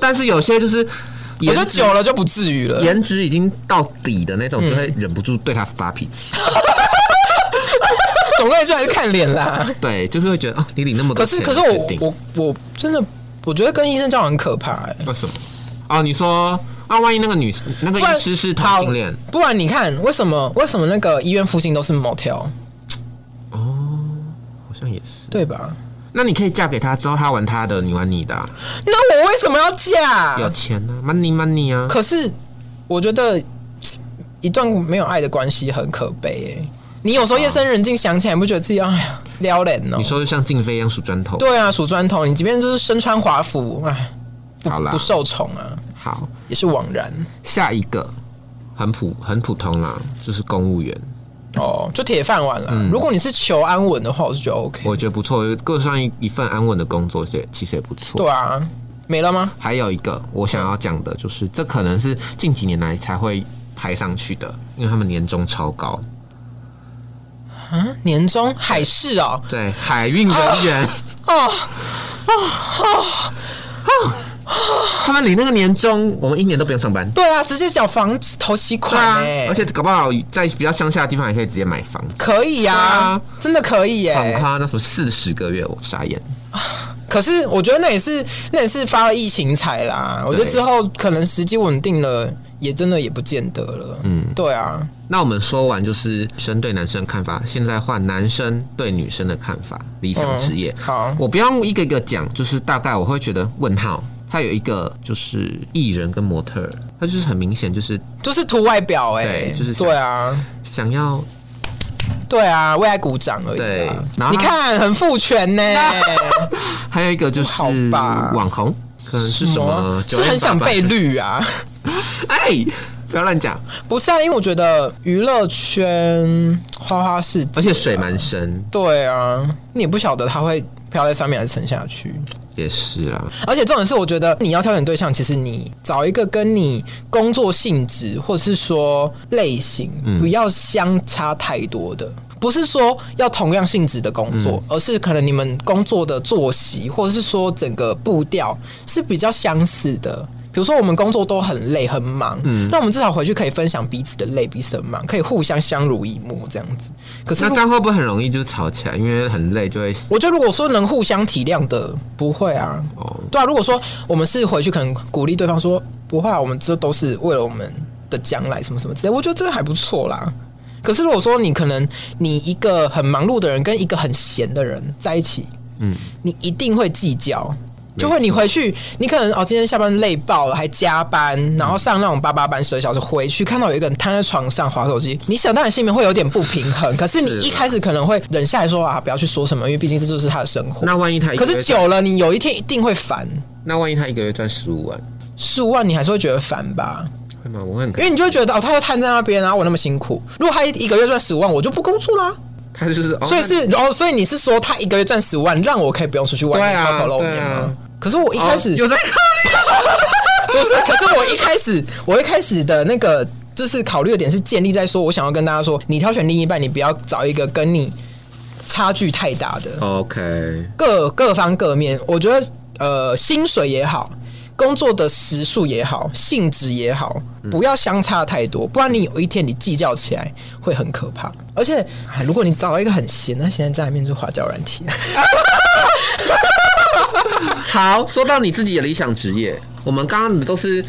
A: 但是有些就是
B: 我
A: 颜
B: 觉得
A: 值
B: 久了就不至于了。
A: 颜值已经到底的那种，就会忍不住对他发脾气。
B: 总归来说还是看
A: [laughs]
B: 脸啦。
A: 对，就是会觉得哦，你领那么多
B: 可是
A: 钱，
B: 可是
A: 确定
B: 我我我真的我觉得跟医生交往很可怕哎、
A: 为什么？哦，你说啊，万一那个女那个
B: 不然
A: 医师是同
B: 好
A: 性恋，
B: 不然你看为什么为什么那个医院附近都是 motel
A: 哦好像也是。
B: 对吧？
A: 那你可以嫁给他之后，他玩他的，你玩你的啊、
B: 那我为什么要
A: 有
B: 嫁？
A: 钱啊，money money 啊。
B: 可是我觉得一段没有爱的关系很可悲哎、你有时候夜深人静想起来，你不觉得自己哎呀撩人哦
A: 你？说就像静妃一样数砖头，
B: 对啊，数砖头，你即便就是身穿华服，哎，不
A: 好啦
B: 不受宠啊，
A: 好，
B: 也是枉然
A: 下一个很普很普通啦，就是公务员，
B: 哦，就铁饭碗了。如果你是求安稳的话，我是觉得 OK。
A: 嗯我觉得不错，过上一一份安稳的工作，也其实也不错。
B: 对啊，没了吗？
A: 还有一个我想要讲的，就是这可能是近几年来才会排上去的，因为他们年终超高。
B: 啊，年终海事哦，
A: 对，海运人员，
B: 哦，
A: 他们领那个年终，我们一年都不用上班。
B: 对啊，直接缴房头期
A: 对
B: 款
A: 啊
B: 哎、，
A: 而且搞不好在比较乡下的地方也可以直接买房子。
B: 可以呀、
A: 啊
B: 真的可以欸
A: 很
B: 耶、
A: 夸张，那什么四十个月，我傻眼。
B: 可是我觉得那也是那也是发了疫情财啦，我觉得之后可能时机稳定了，也真的也不见得了。嗯，对啊，
A: 那我们说完就是女生对男生的看法，现在换男生对女生的看法，理想职业。
B: 嗯好
A: 我不用一个一个讲，就是大概我会觉得问号。他有一个就是艺人跟模特儿，他就是很明显就是
B: 就是图外表哎、
A: 对就是想
B: 对啊。
A: 想要
B: 对啊，为爱鼓掌而已
A: 对
B: 啦。
A: 然后
B: 你
A: 他
B: 看很父权
A: [laughs]
B: 呢、
A: 还有一个就
B: 不好
A: 是
B: 吧
A: 网红，可能是什么？
B: 是很想被
A: 988
B: 绿啊？
A: 哎，不要乱讲，
B: 不是啊，因为我觉得娱乐圈花花世界，
A: 而且水蛮深，
B: 对啊，你也不晓得它会飘在上面还是沉下去。
A: 也是啊啦。
B: 而且重点是，我觉得你要挑选对象，其实你找一个跟你工作性质或是说类型不要相差太多的。不是说要同样性质的工作，而是可能你们工作的作息，或者是说整个步调是比较相似的。比如说我们工作都很累很忙，那我们至少回去可以分享彼此的累，彼此的忙，可以互相相濡以沫这样子。可是
A: 那
B: 如
A: 这样会不会很容易就吵起来？因为很累就会
B: 我觉得如果说能互相体谅的，不会啊。
A: 哦
B: 对啊，如果说我们是回去可能鼓励对方说不会啊，我们这都是为了我们的将来什么什么之类，我觉得这个还不错啦。可是如果说你可能你一个很忙碌的人跟一个很闲的人在一起，
A: 嗯，
B: 你一定会计较。
A: 没
B: 就会你回去，你可能哦，今天下班累爆了，还加班，然后上那种八八班十二小时，回去看到有一个人瘫在床上划手机，你想当然心里面会有点不平衡，可是你
A: 是
B: 一开始可能会忍下来说啊，不要去说什么，因为毕竟这就是他的生活。
A: 那万一他一个
B: 可
A: 月
B: 是久了，你有一天一定会烦，
A: 那万一他一个月赚十五万，
B: 十五万你还是会觉得烦吧？
A: 会吗？我会很开
B: 因为你就会觉得哦，他就瘫在那边，然后我那么辛苦。如果他一个月赚十五万，我就不工作啦。
A: 他就是，哦
B: 所以是哦，所以你是说他一个月赚十五万，让我可以不用出去外
A: 对
B: 面
A: 啊
B: 抛头露面吗？
A: 对啊
B: 可是我一
A: 那
B: 开始、
A: 哦有在看，
B: 不是，可是我一开始我一开始的那个就是考虑的点是建立在说，我想要跟大家说，你挑选另一半，你不要找一个跟你差距太大的，
A: OK，
B: 各各方各面，我觉得呃，薪水也好，工作的时数也好，性质也好，不要相差太多，不然你有一天你计较起来会很可怕。而且，哎如果你找到一个很闲，那现在家里面就花椒软体，
A: 好，说到你自己的理想职业，我们刚刚都是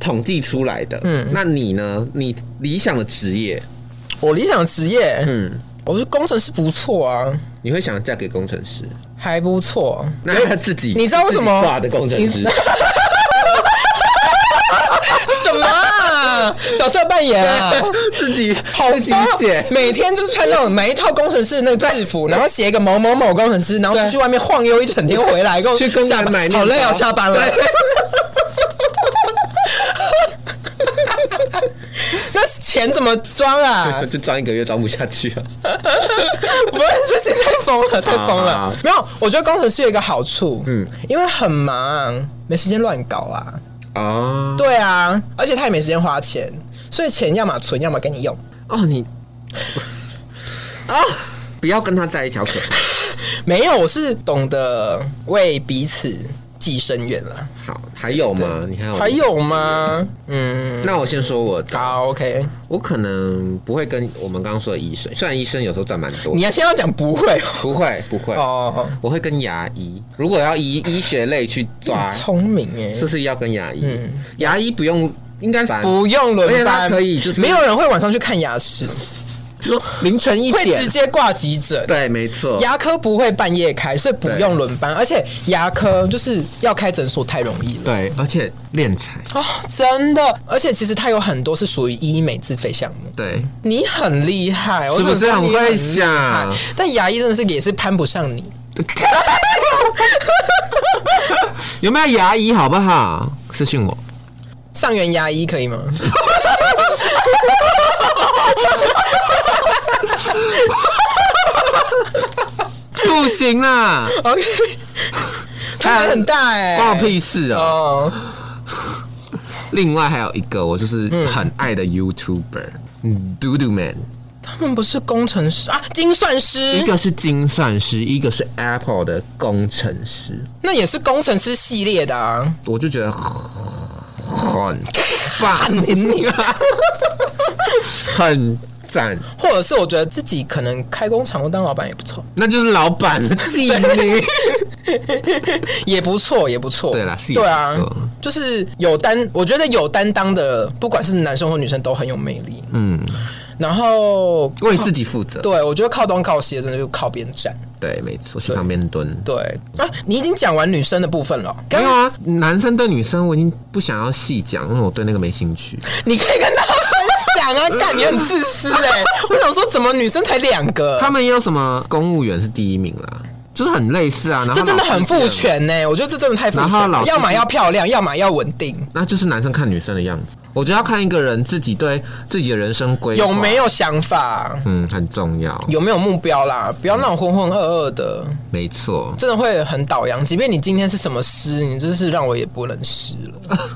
A: 统计出来的，嗯，那你呢？你理想的职业，
B: [laughs] 我理想的职业，
A: 嗯，
B: 我觉得工程师不错啊，
A: 你会想嫁给工程师？
B: 还不错。
A: 那他自己，
B: 你知道为什么
A: 自己画的工程师？
B: 什么、啊、 [laughs] 角色扮演啊？
A: [laughs] 自己
B: 好
A: 自己写
B: 棒，每天就是穿那种买一套工程师的那个制服，然后写一个某某某工程师，然后出去外面晃悠一整天回来，跟我
A: 去公园
B: 下班
A: 买面包
B: 好累哦，下班了。那钱怎么装
A: [laughs]
B: 啊？
A: [laughs] 就装一个月装不下去啊！
B: 不是，就是太疯了，太疯
A: 好好
B: 了
A: 好。
B: 没有，我觉得工程师有一个好处，
A: 啊嗯
B: 嗯，因为很忙，没时间乱搞啦。
A: 哦
B: 对啊，而且他也没时间花钱，所以钱要么存，要么给你用。
A: 哦，你啊，不要跟他在一起，好可怕。
B: 没有，我是懂得为彼此计深远了。
A: 好，还有吗？你还有？
B: 还？有吗？嗯，
A: 那我先说我的，
B: 好，OK。
A: 我可能不会跟我们刚刚说的医生，虽然医生有时候赚蛮多
B: 你，要先要讲不会
A: 不会不会，
B: 哦，
A: 我会跟牙医。如果要以医学类去抓，
B: 聪明
A: 是不
B: 哎，
A: 是要跟牙医？
B: 嗯
A: 牙医不用，应该反
B: 不用
A: 而且
B: 轮
A: 他
B: 班，
A: 可以就是
B: 没有人会晚上去看牙齿，
A: 说凌晨一
B: 会
A: 点
B: 直，接挂急诊。
A: 对，没错，
B: 牙科不会半夜开，所以不用轮班，而且牙科就是要开诊所太容易了。
A: 对，而且练财，
B: 哦，真的，而且其实它有很多是属于医美自费项目。
A: 对，
B: 你很厉害，我
A: 是不是
B: 只能说
A: 很
B: 你
A: 会
B: 厉
A: 想
B: 害？但牙医真的是也是攀不上你。
A: 有没有牙医好不好？私信 [laughs] 我。
B: 上元牙医可
A: [laughs]
B: 以吗？ [laughs]
A: 不行啦，
B: OK，他很大哎、
A: 关我屁事啊！
B: 哦！
A: 另外还有一个，我就是很爱的 YouTuber，嗯，Do Do Man，
B: 他们不是工程师啊，精算
A: 一
B: 师，
A: 个是精算师，一个是 Apple 的工程师，
B: 那也是工程师系列的啊。
A: 我就觉得很
B: 啊你你
A: 很赞，
B: 或者是我觉得自己可能开工厂或当老板也不错，
A: 那就是老板的 [laughs] 妓女。
B: 也不错，也不错。
A: 对啦是也不
B: 对
A: 错
B: 啊，就是有担，我觉得有担当的，不管是男生或女生都很有魅力。
A: 嗯，
B: 然后
A: 为自己负责。
B: 对，我觉得靠东靠西的真的就靠边站。
A: 对，没错，去旁边蹲。
B: 对啊，你已经讲完女生的部分了，
A: 没
B: 刚
A: 有
B: 刚
A: 啊，男生对女生我已经不想要细讲，因为我对那个没兴趣。
B: 你可以跟大家分享
A: [laughs]
B: 啊，干你很自私哎、我想说，怎么女生才两个？
A: 他们也有什么公务员是第一名啦，就是很类似啊。然后
B: 这真的
A: 老师
B: 很
A: 觉
B: 父
A: 得，
B: 权呢、我觉得这真的太父
A: 然后
B: 权
A: 老
B: 了，
A: 师
B: 要么要漂亮，要么要稳定，
A: 那就是男生看女生的样子。我觉得要看一个人自己对自己的人生规划
B: 有没，有想法，
A: 嗯，很重要。
B: 有没有目标啦，不要那种浑浑噩噩的，
A: 没错，
B: 真的会很倒洋。即便你今天是什么师，你就是让我也不能师了。 [laughs]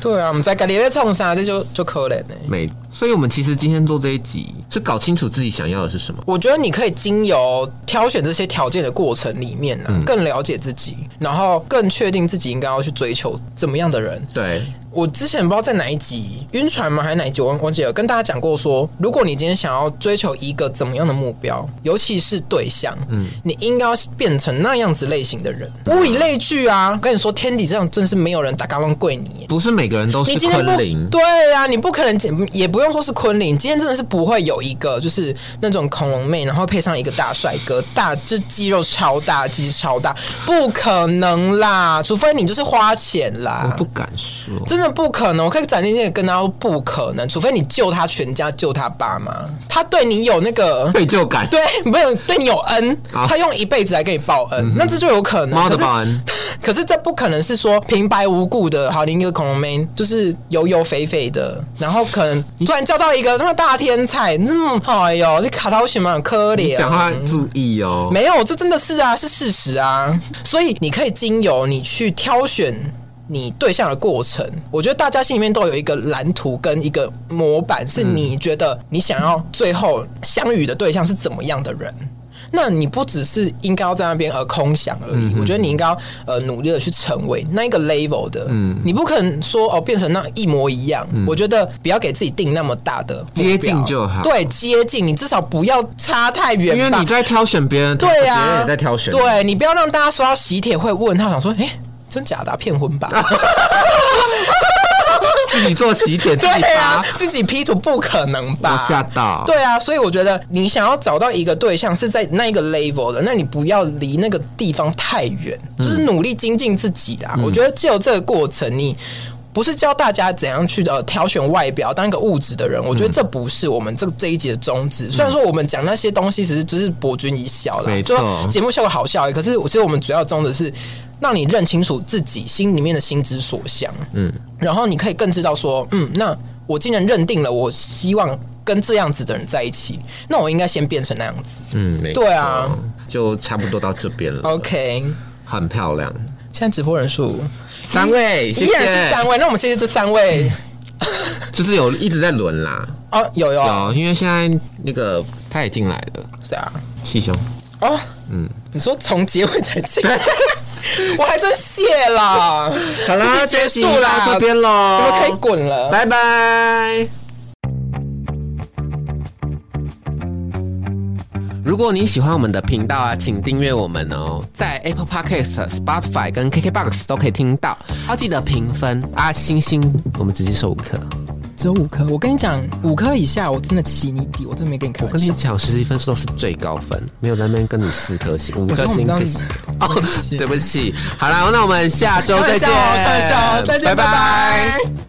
B: 对啊，我们在改列冲啥，这就就可怜呢、
A: 没。所以我们其实今天做这一集是搞清楚自己想要的是什么。
B: 我觉得你可以经由挑选这些条件的过程里面啊
A: 嗯
B: 呢、更了解自己，然后更确定自己应该要去追求怎么样的人，
A: 对，
B: 我之前不知道在哪一集晕船吗？还是哪一集？我忘忘记了，跟大家讲过说，如果你今天想要追求一个怎么样的目标，尤其是对象，嗯，你应该要变成那样子类型的人，物以类聚啊！我跟你说，天底上真是没有人打嘎望跪你耶。
A: 不是每个人都
B: 你
A: 是
B: 今天
A: 昆
B: 不
A: 凌，
B: 对呀、你不可能今也不用说是昆凌，今天真的是不会有一个就是那种恐龙妹，然后配上一个大帅哥，大就肌肉超大，肌超大，不可能啦！除非你就是花钱啦，
A: 我不敢说。
B: 真的不可能，我可以斩钉截铁地跟他说不可能，除非你救他全家，救他爸妈，他对你有那个。
A: 愧疚感，
B: 对，没有对你有恩，
A: 嗯好
B: 他用一辈子来跟你报恩，那这就有可能。
A: 猫的
B: 啊可是
A: 报恩，
B: 可是这不可能是说平白无故的。好，你一个恐龙妹就是油油肥肥的，然后可能突然叫到一个那么大天才，那么哎呦，你卡到什么可怜？啊
A: 讲话注意哦。
B: 没有，这真的是啊，是事实啊。所以你可以经由你去挑选你对象的过程，我觉得大家心里面都有一个蓝图跟一个模板，是你觉得你想要最后相遇的对象是怎么样的人。那你不只是应该要在那边而空想而
A: 嗯
B: 已，我觉得你应该要呃努力的去成为那一个 level 的，
A: 嗯
B: 你不可能说哦变成那一模一样。我觉得不要给自己定那么大的目标
A: 接近就好
B: 对，接近你至少不要差太远
A: 因
B: 吧，
A: 为你在挑选别人，
B: 对呀、
A: 别人也在挑选。，
B: 对啊你不要让大家说到喜帖会问他，想说，哎、真假的啊骗、婚吧？
A: 自己做喜帖，自己
B: [laughs] [laughs] 对啊
A: 发，，
B: 自己 P 图不可能
A: 我
B: 吧？
A: 吓到。
B: 对啊，所以我觉得你想要找到一个对象是在那一个 level 的，那你不要离那个地方太远，
A: 嗯
B: 就是努力精进自己啦。我觉得借由这个过程，你。不是教大家怎样去呃挑选外表当一个物质的人，我
A: 嗯
B: 觉得这不是我们这这一集的宗旨。虽然说我们讲那些东西，其实只是博君一笑啦，
A: 没
B: 就
A: 错
B: 节目效果好笑而已，可是我其实我们主要宗旨是让你认清楚自己心里面的心之所向，嗯，然后你可以更知道说，嗯，那我既然认定了，我希望跟这样子的人在一起，那我应该先变成那样子。
A: 嗯，没错
B: 对啊，
A: 就差不多到这边了。
B: OK，
A: 很漂亮，
B: 现在直播人数
A: 三位，谢
B: 依然是三
A: 谢。
B: 位，那我们谢谢这三位
A: 就是有一直在轮啦，
B: [laughs] 哦，有有
A: 有，因为现在那个他也进来了，
B: 谁啊？
A: 气胸。
B: 哦，嗯，你说从结尾才
A: [laughs]
B: 进，我还真谢啦，
A: 好啦，
B: 这集结
A: 这
B: 束
A: 集
B: 啦，
A: 到这边
B: 你
A: 喽，
B: 们可以滚了，
A: 拜拜。如果你喜欢我们的频道啊，请订阅我们哦，在 Apple Podcast、Spotify 跟 KKBox 都可以听到。要记得评分啊，星星，我们直接收五颗。
B: 只有五颗。我跟你讲，五颗以下我真的起你底，我真的没跟你开
A: 我
B: 玩
A: 跟你
B: 笑。
A: 讲，实际分数都是最高分，没有在那边跟你四颗星、五颗星，谢谢。
B: 哦，
A: [laughs] 对不起，好啦，那我们下周
B: 开
A: 再
B: 玩笑
A: 见，
B: 哦，开玩笑哦，再见，
A: 拜
B: 拜拜